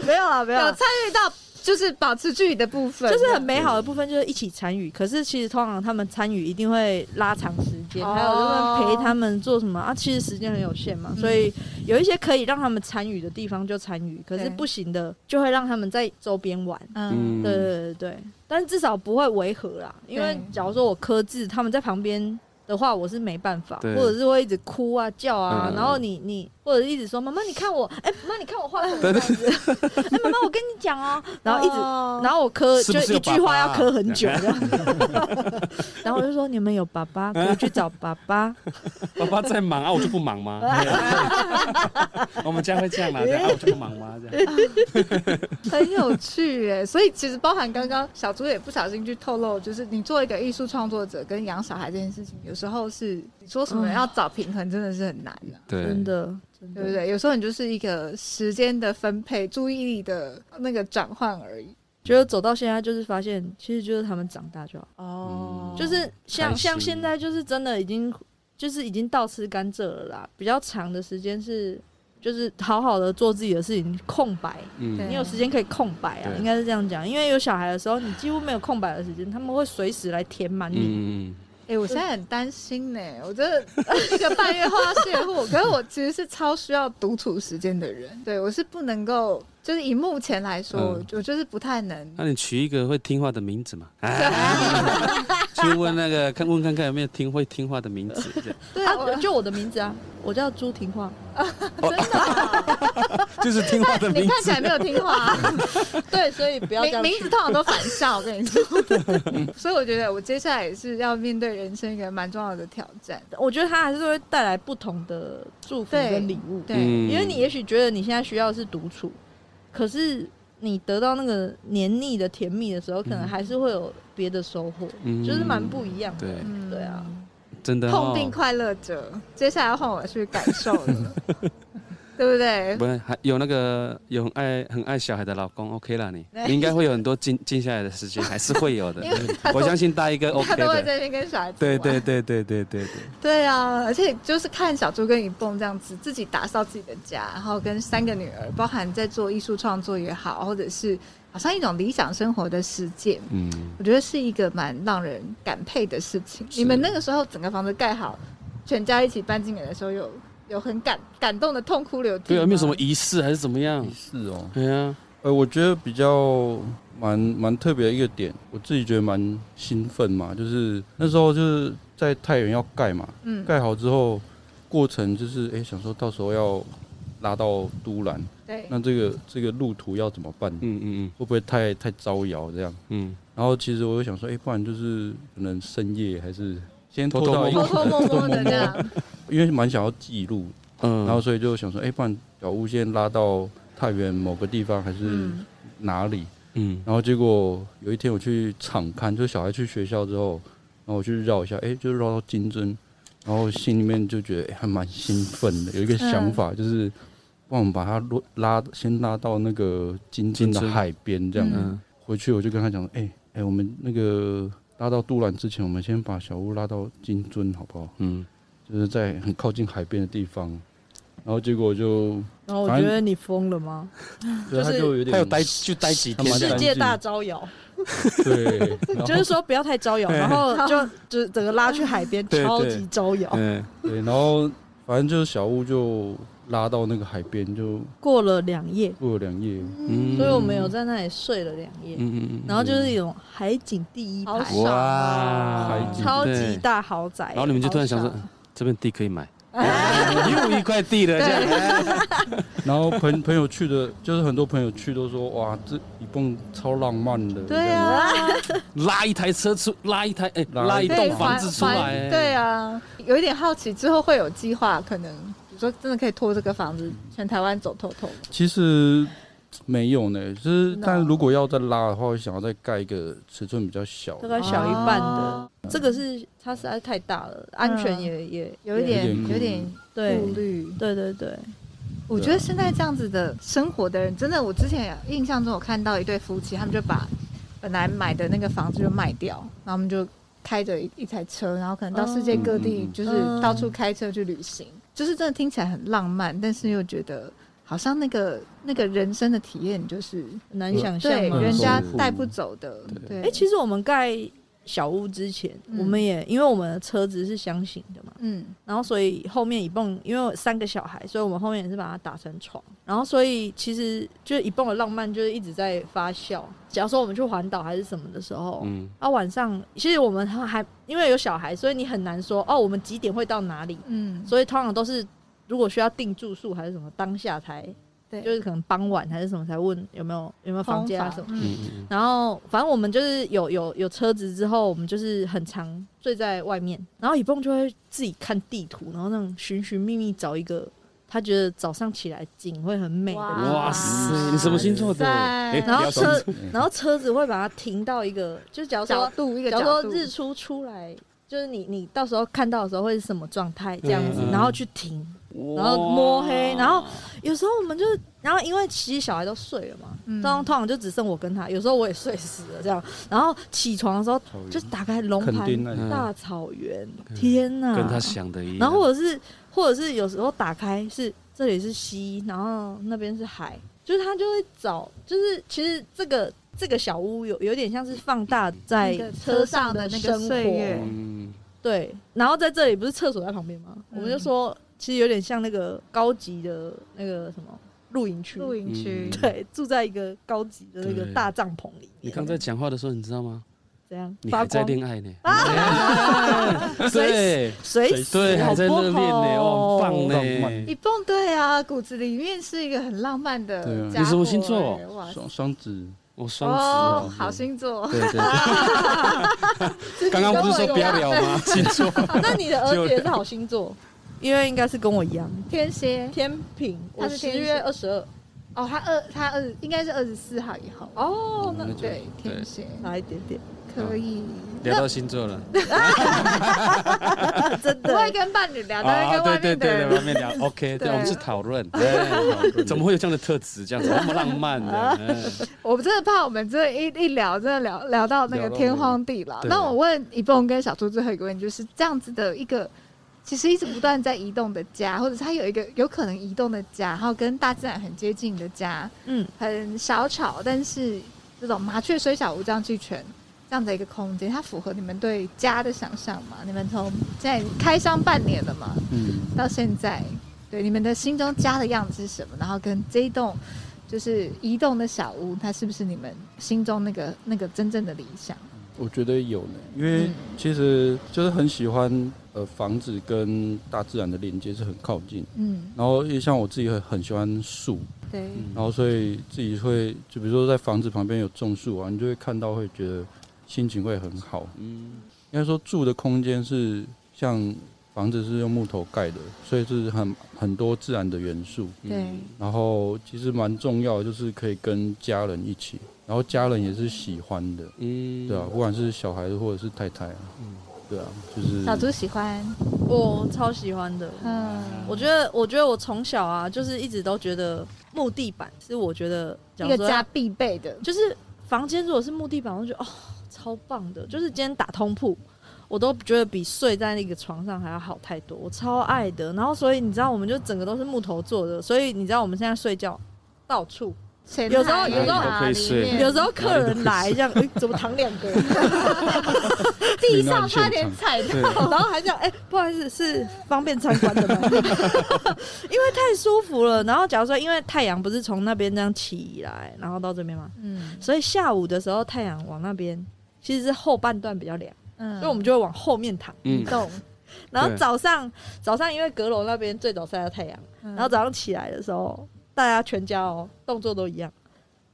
没有啦，没有有啦，参与到就是保持距离的部分，就是很美好的部分，就是一起参与。可是其实通常他们参与一定会拉长时间，哦还有就是陪他们做什么啊？其实时间很有限嘛，嗯所以有一些可以让他们参与的地方就参与，可是对不行的就会让他们在周边玩。嗯嗯，对对对对，但至少不会违和啦。因为对假如说我科字，他们在旁边的话，我是没办法，对或者是会一直哭啊叫啊，嗯嗯嗯然后你你或者一直说妈妈你看我，哎、妈你看我画成这样子，哎妈妈我跟你讲哦、 [laughs] 然后一直。然后我磕是不是就一有句爸话爸要啊磕很久， [laughs] 这样 [laughs] 然后我就说你们有爸爸可以去找爸爸，爸爸在忙啊，我就不忙 [laughs] 吗？ [laughs] 我们家会这样啦，这样啊，我就不忙 [laughs] 吗？这样，很有趣哎，所以其实包含刚刚小猪也不小心去透露，就是你做一个艺术创作者跟养小孩这件事情，有时候是你说什么嗯要找平衡真的是很难的、对，真的真对不的对？有时候你就是一个时间的分配、注意力的那个转换而已。觉得走到现在就是发现，其实就是他们长大就好。嗯哦就是像开像心现在就是真的已经就是已经倒吃甘蔗了啦，比较长的时间是就是好好的做自己的事情，空白。对嗯，你有时间可以空白啊，对应该是这样讲，因为有小孩的时候，你几乎没有空白的时间，他们会随时来填满你。嗯嗯哎、我现在很担心呢、我真 [laughs] 的一个半月后要卸货，可是我其实是超需要独处时间的人，对我是不能够，就是以目前来说，嗯我就是不太能。嗯那你取一个会听话的名字嘛？哎，啊 [laughs] 去问那个看问看看有没有听会听话的名字。这样对，啊我，就我的名字啊，我叫朱婷化。就是听话的你 [laughs] 名看起字。来没有听话、啊。对，所以 [laughs] 不要这名样名字通常都反校，我跟你 [laughs] 说。所以我觉得我接下来也是要面对人生一个蛮重要的挑战。我觉得它还是会带来不同的祝福对跟礼物。对，嗯因为你也许觉得你现在需要的是独处，可是你得到那个黏腻的甜蜜的时候，可能还是会有别的收获，嗯就是蛮不一样的。对，嗯对啊，真的痛并哦。快乐着。接下来要换我去感受 [laughs] 了，对不 [laughs] 对？不是，还有那个有很爱很爱小孩的老公，OK 啦你，对你应该会有很多静静下来的时间，还是会有的因为。我相信大一哥 OK 他都会的。在那边跟小孩子对玩对对对对对对，对啊！而且就是看小猪跟雨蹦这样子，自己打扫自己的家，然后跟三个女儿，包含在做艺术创作也好，或者是好像一种理想生活的实践，嗯，我觉得是一个蛮让人感佩的事情。是你们那个时候整个房子盖好，全家一起搬进来的时候有，有很感感动的痛哭流涕。对啊，有没有什么？仪式还是怎么样？是哦。对啊，呃，我觉得比较蛮蛮特别的一个点，我自己觉得蛮兴奋嘛，就是那时候就是在太原要盖嘛，嗯，盖好之后过程就是哎、诶想说到时候要拉到都兰，对，那这个这个路途要怎么办？会嗯嗯不会太太招摇这样？嗯然后其实我又想说，哎、不然就是可能深夜还是先偷拖偷到摸一摸偷偷个摸摸的这 [laughs] 样， [laughs] 因为蛮想要记录，嗯嗯，然后所以就想说，哎、不然小屋先拉到太原某个地方还是嗯，哪里？嗯然后结果有一天我去场刊，就是小孩去学校之后，然后我去绕一下，哎，就绕到金针，然后心里面就觉得哎诶还蛮兴奋的，有一个想法、就是，帮我们把它拉拉先拉到那个金针的金针海边这样。嗯嗯回去我就跟他讲，哎哎，我们那个拉到杜兰之前，我们先把小屋拉到金针好不好？嗯，就是在很靠近海边的地方。然后结果就，然后我反觉正得你疯了吗？对就是他就有点，他有待就 [laughs] 待几天蛮这世样，哦界大招摇，对，然后就是说不要太招摇，[laughs] 然后就就整个拉去海边，对对超级招摇。嗯对，然后反正就是小屋就拉到那个海边，就过了两夜，过了两夜。嗯，所以我们有在那里睡了两夜，嗯嗯嗯，然后就是一种海景第一好排，爽哦！哇海景超级对大豪宅。然后你们就突然想说好爽，这边地可以买， [laughs] 又一块地了，这样，然后朋 [laughs] 朋友去的，就是很多朋友去都说，哇，这一蹦超浪漫的。对，啊，拉一台车出，拉一台，哎，拉拉一一对，栋房子出还来，哎还对，啊，有一点好奇，之后会有计划，可能比如说真的可以拖这个房子全台湾走透透。其实没有呢，就是真的哦但如果要再拉的话，我想要再盖一个尺寸比较小大的，概小一半的哦。这个是它实在太大了，安全也也嗯有一点嗯有点有点对顾虑。对对对，我啊觉得现在这样子的生活的人，真的，我之前印象中我看到一对夫妻，他们就把本来买的那个房子就卖掉，然后他们就开着一一台车，然后可能到世界各地嗯嗯，嗯就是嗯到处开车去旅行，就是真的听起来很浪漫，但是又觉得好像那个那个人生的体验就是很难想象对嘛。人家嗯带不走的。对，哎，其实我们盖小屋之前，嗯我们也因为我们的车子是箱型的嘛，嗯，然后所以后面一蹦，因为我三个小孩，所以我们后面也是把它打成床。然后所以其实就是一蹦的浪漫就是一直在发酵。假如说我们去环岛还是什么的时候，嗯啊晚上其实我们还还因为有小孩，所以你很难说哦我们几点会到哪里。嗯，所以通常都是如果需要订住宿还是什么，当下才对，哦就是可能傍晚还是什么才问有没有有没有房间啊什么。嗯嗯，嗯嗯然后反正我们就是有有有车子之后，我们就是很常睡在外面，然后以蹦就会自己看地图，然后那种寻寻觅觅找一个他觉得早上起来景会很美的哇地方。哇塞，你什么星座的？哇塞哎然然后车，嗯然后车子会把它停到一个，就假如角说，度一个假角如度，说日出出来，就是你你到时候看到的时候会是什么状态这样子嗯，嗯然后去停，然然后摸黑然后有时候我们就是，然后因为其实小孩都睡了嘛，嗯通常通常就只剩我跟他，有时候我也睡死了这样。然后起床的时候草原就打开龙肯定啊盘那嗯里大草原，天哪！跟他想的一样，然后或者是或者是有时候打开是这里是溪，然后那边是海，就是他就会找，就是其实这个这个小屋有有点像是放大在那个车车上的的那个生活岁月嗯对，然后在这里不是厕所在旁边吗？我们就说，其实有点像那个高级的那个什么露营区，露营区嗯对，住在一个高级的那个对大帐篷里面。你刚才讲话的时候，你知道吗？怎样你发还在光？啊恋爱呢。[laughs] 随对随时对，还在热恋呢，好哦，不好很浪棒呢。漫一蹦对啊，骨子里面是一个很浪漫的对啊家伙。你什么星座哎哇塞双双子，我双子哦，哦，好星座，对对对，刚刚不是说不要聊吗？星座， [laughs] 那你的儿子也是好星座， [laughs] 因为应该是跟我一样，天蝎。天平，他我是十天蝎月二十二。哦，他二他二应该是二十四号以后。哦，那那就对，天对蝎差一点点，可以。聊到星座了。真不会的。跟伴侣聊，都会 [laughs] 啊，跟外对对面的对对，人。外面聊 [laughs] OK，对，对我们是讨论，对怎么会有这样的特质，这样子那么浪漫 [laughs] 的？嗯我真的怕我们这一一聊，真的聊聊到那个聊到天荒地老。对啊那我问一蹦跟小猪最后一个问题，就是这样子的一个，其实一直不断在移动的家，或者是它有一个有可能移动的家，然后跟大自然很接近的家，嗯，很小巧，但是这种麻雀虽小，五脏俱全。这样的一个空间，它符合你们对家的想象吗？你们从现在开箱半年了嘛，嗯，到现在，对你们的心中家的样子是什么？然后跟这一栋就是移动的小屋，它是不是你们心中那个那个真正的理想？ [laughs] 我觉得有呢，因为嗯其实就是很喜欢呃房子跟大自然的连接是很靠近，嗯，然后也像我自己很很喜欢树，对，嗯然后所以自己会就比如说在房子旁边有种树啊，你就会看到会觉得心情会很好。嗯，应该说住的空间是像房子是用木头盖的，所以是很很多自然的元素。嗯对，然后其实蛮重要的就是可以跟家人一起，然后家人也是喜欢的，嗯对啊，不管是小孩子或者是太太啊，嗯对啊，就是小猪喜欢，我超喜欢的。嗯，我觉得，我觉得我从小啊，就是一直都觉得木地板是我觉得，假一个如说家必备的，就是房间如果是木地板，我就觉得哦，超棒的。就是今天打通铺，我都觉得比睡在那个床上还要好太多，我超爱的。然后所以你知道，我们就整个都是木头做的，所以你知道我们现在睡觉到处，前有时候台有时候啊哎可以里睡面有时候客人来这样，哎、怎么躺两个？地上差点踩到，对，然后还讲，哎、不好意思，是方便参观的吗？ [laughs] 因为太舒服了。然后假如说，因为太阳不是从那边这样起来，然后到这边嘛，嗯所以下午的时候太阳往那边，其实是后半段比较凉，嗯，所以我们就会往后面躺。嗯，懂，然后对早上早上因为阁楼那边最早晒到太阳，然然后早上起来的时候，大家全家哦动作都一样，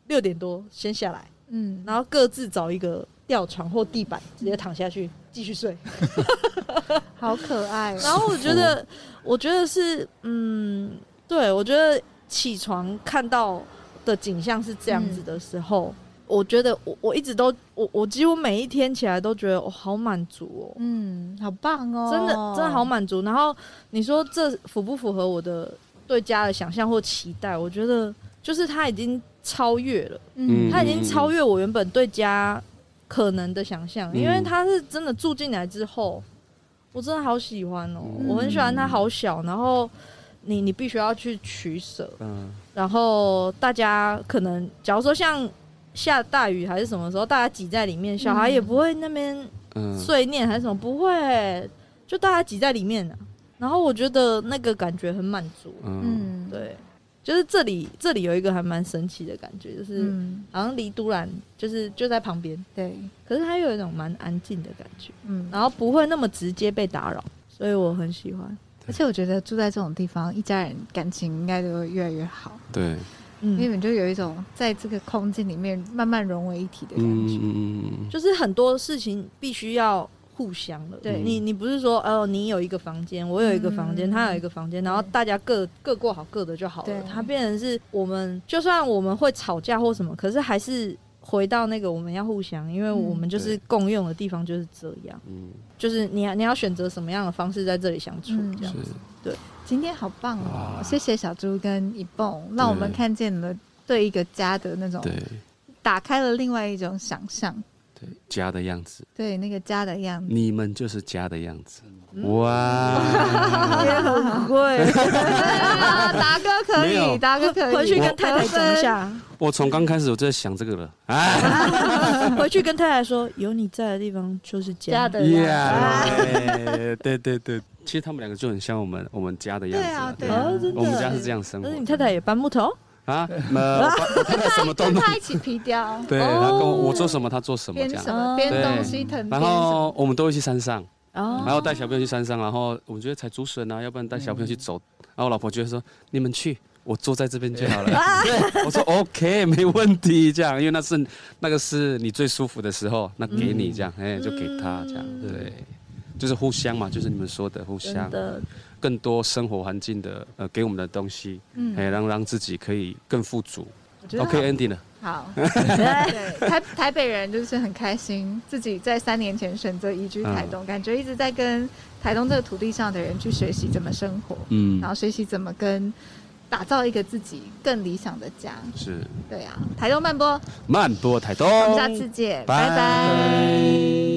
六点多先下来，嗯，然后各自找一个吊床或地板直接躺下去继续睡。好可爱 [laughs] 哦，然后我觉得，我觉得是嗯，对我觉得起床看到的景象是这样子的时候，我觉得我我一直都我我几乎每一天起来都觉得我、好满足哦，嗯，好棒哦，真的真的好，满足。然后你说这符不符合我的对家的想象或期待？我觉得就是他已经超越了，嗯嗯他已经超越我原本对家可能的想象，嗯因为他是真的住进来之后，我真的好喜欢哦，嗯我很喜欢它好小，然后。你你必须要去取舍，嗯，然后大家可能，假如说像下大雨还是什么时候，大家挤在里面，小孩也嗯不会那边嗯，碎念还是什么？不会，就大家挤在里面、啊、然后我觉得那个感觉很满足，嗯，嗯，，对，就是这里这里有一个还蛮神奇的感觉，就是、嗯，好像离都兰就是就在旁边，对，可是它又有一种蛮安静的感觉，嗯，然后不会那么直接被打扰，所以我很喜欢。而且我觉得住在这种地方，一家人感情应该都会越来越好，对，因为你嗯，们就有一种在这个空间里面慢慢融为一体的嗯感觉。嗯嗯嗯就是很多事情必须要。互相的，对你，你不是说哦，你有一个房间，我有一个房间，嗯他有一个房间，然后对大家各各过好各的就好对了。它变成是我们，就算我们会吵架或什么，可是还是回到那个我们要互相，因为嗯我们就是对共用的地方就是这样，嗯就是你你要选择什么样的方式在这里相处，嗯这样 [laughs] 嗯，是，今天好棒哦！哇谢谢小猪跟一蹦，让我们看见了对一个家的那种对打开了另外一种想象。对家的样子，对那个家的样子，你们就是家的样子，哇！也很会。嗯 [laughs] 达哥可没以，有达哥可以，回去跟太太讲一下， [laughs] 我从刚开始我就在想这个了，哎，回去跟太太说，有你在的地方就是家家。的样子。 Yeah，对 [laughs] 对对，哎其实他们两个就很像我们我们家的样对子啊啊，，对哦啊，真的我们家是这样生活但是的你太太也搬木头，啊，呃，我爸我太太什么都跟弄，他一起皮雕，对，哦他跟我我做什么他做什么编这什样，么编东西藤编然什么，后我们都会去山上，哦然后带小朋友去山上，然后我们就会采竹笋啊，要不然带小嗯朋友去走，然后我老婆就会说你们去。我坐在这边就 [laughs] 好了。对，我说 OK，没问题，这样，因为那是那个是你最舒服的时候，那给你这样，哎，就给他这样，对，就是互相嘛，就是你们说的互相嗯真，的更多生活环境的呃给我们的东西，嗯，哎，让让自己可以更富足。我觉得 OK ending 了，好，对， [laughs] 台台北人就是很开心，自己在三年前选择移居台嗯东，感觉一直在跟台东这个土地上的人去学习怎么生活，嗯然，后学习怎么跟打造一个自己更理想的家。是对啊，台东慢播，慢播台东，我们下次见，拜拜拜。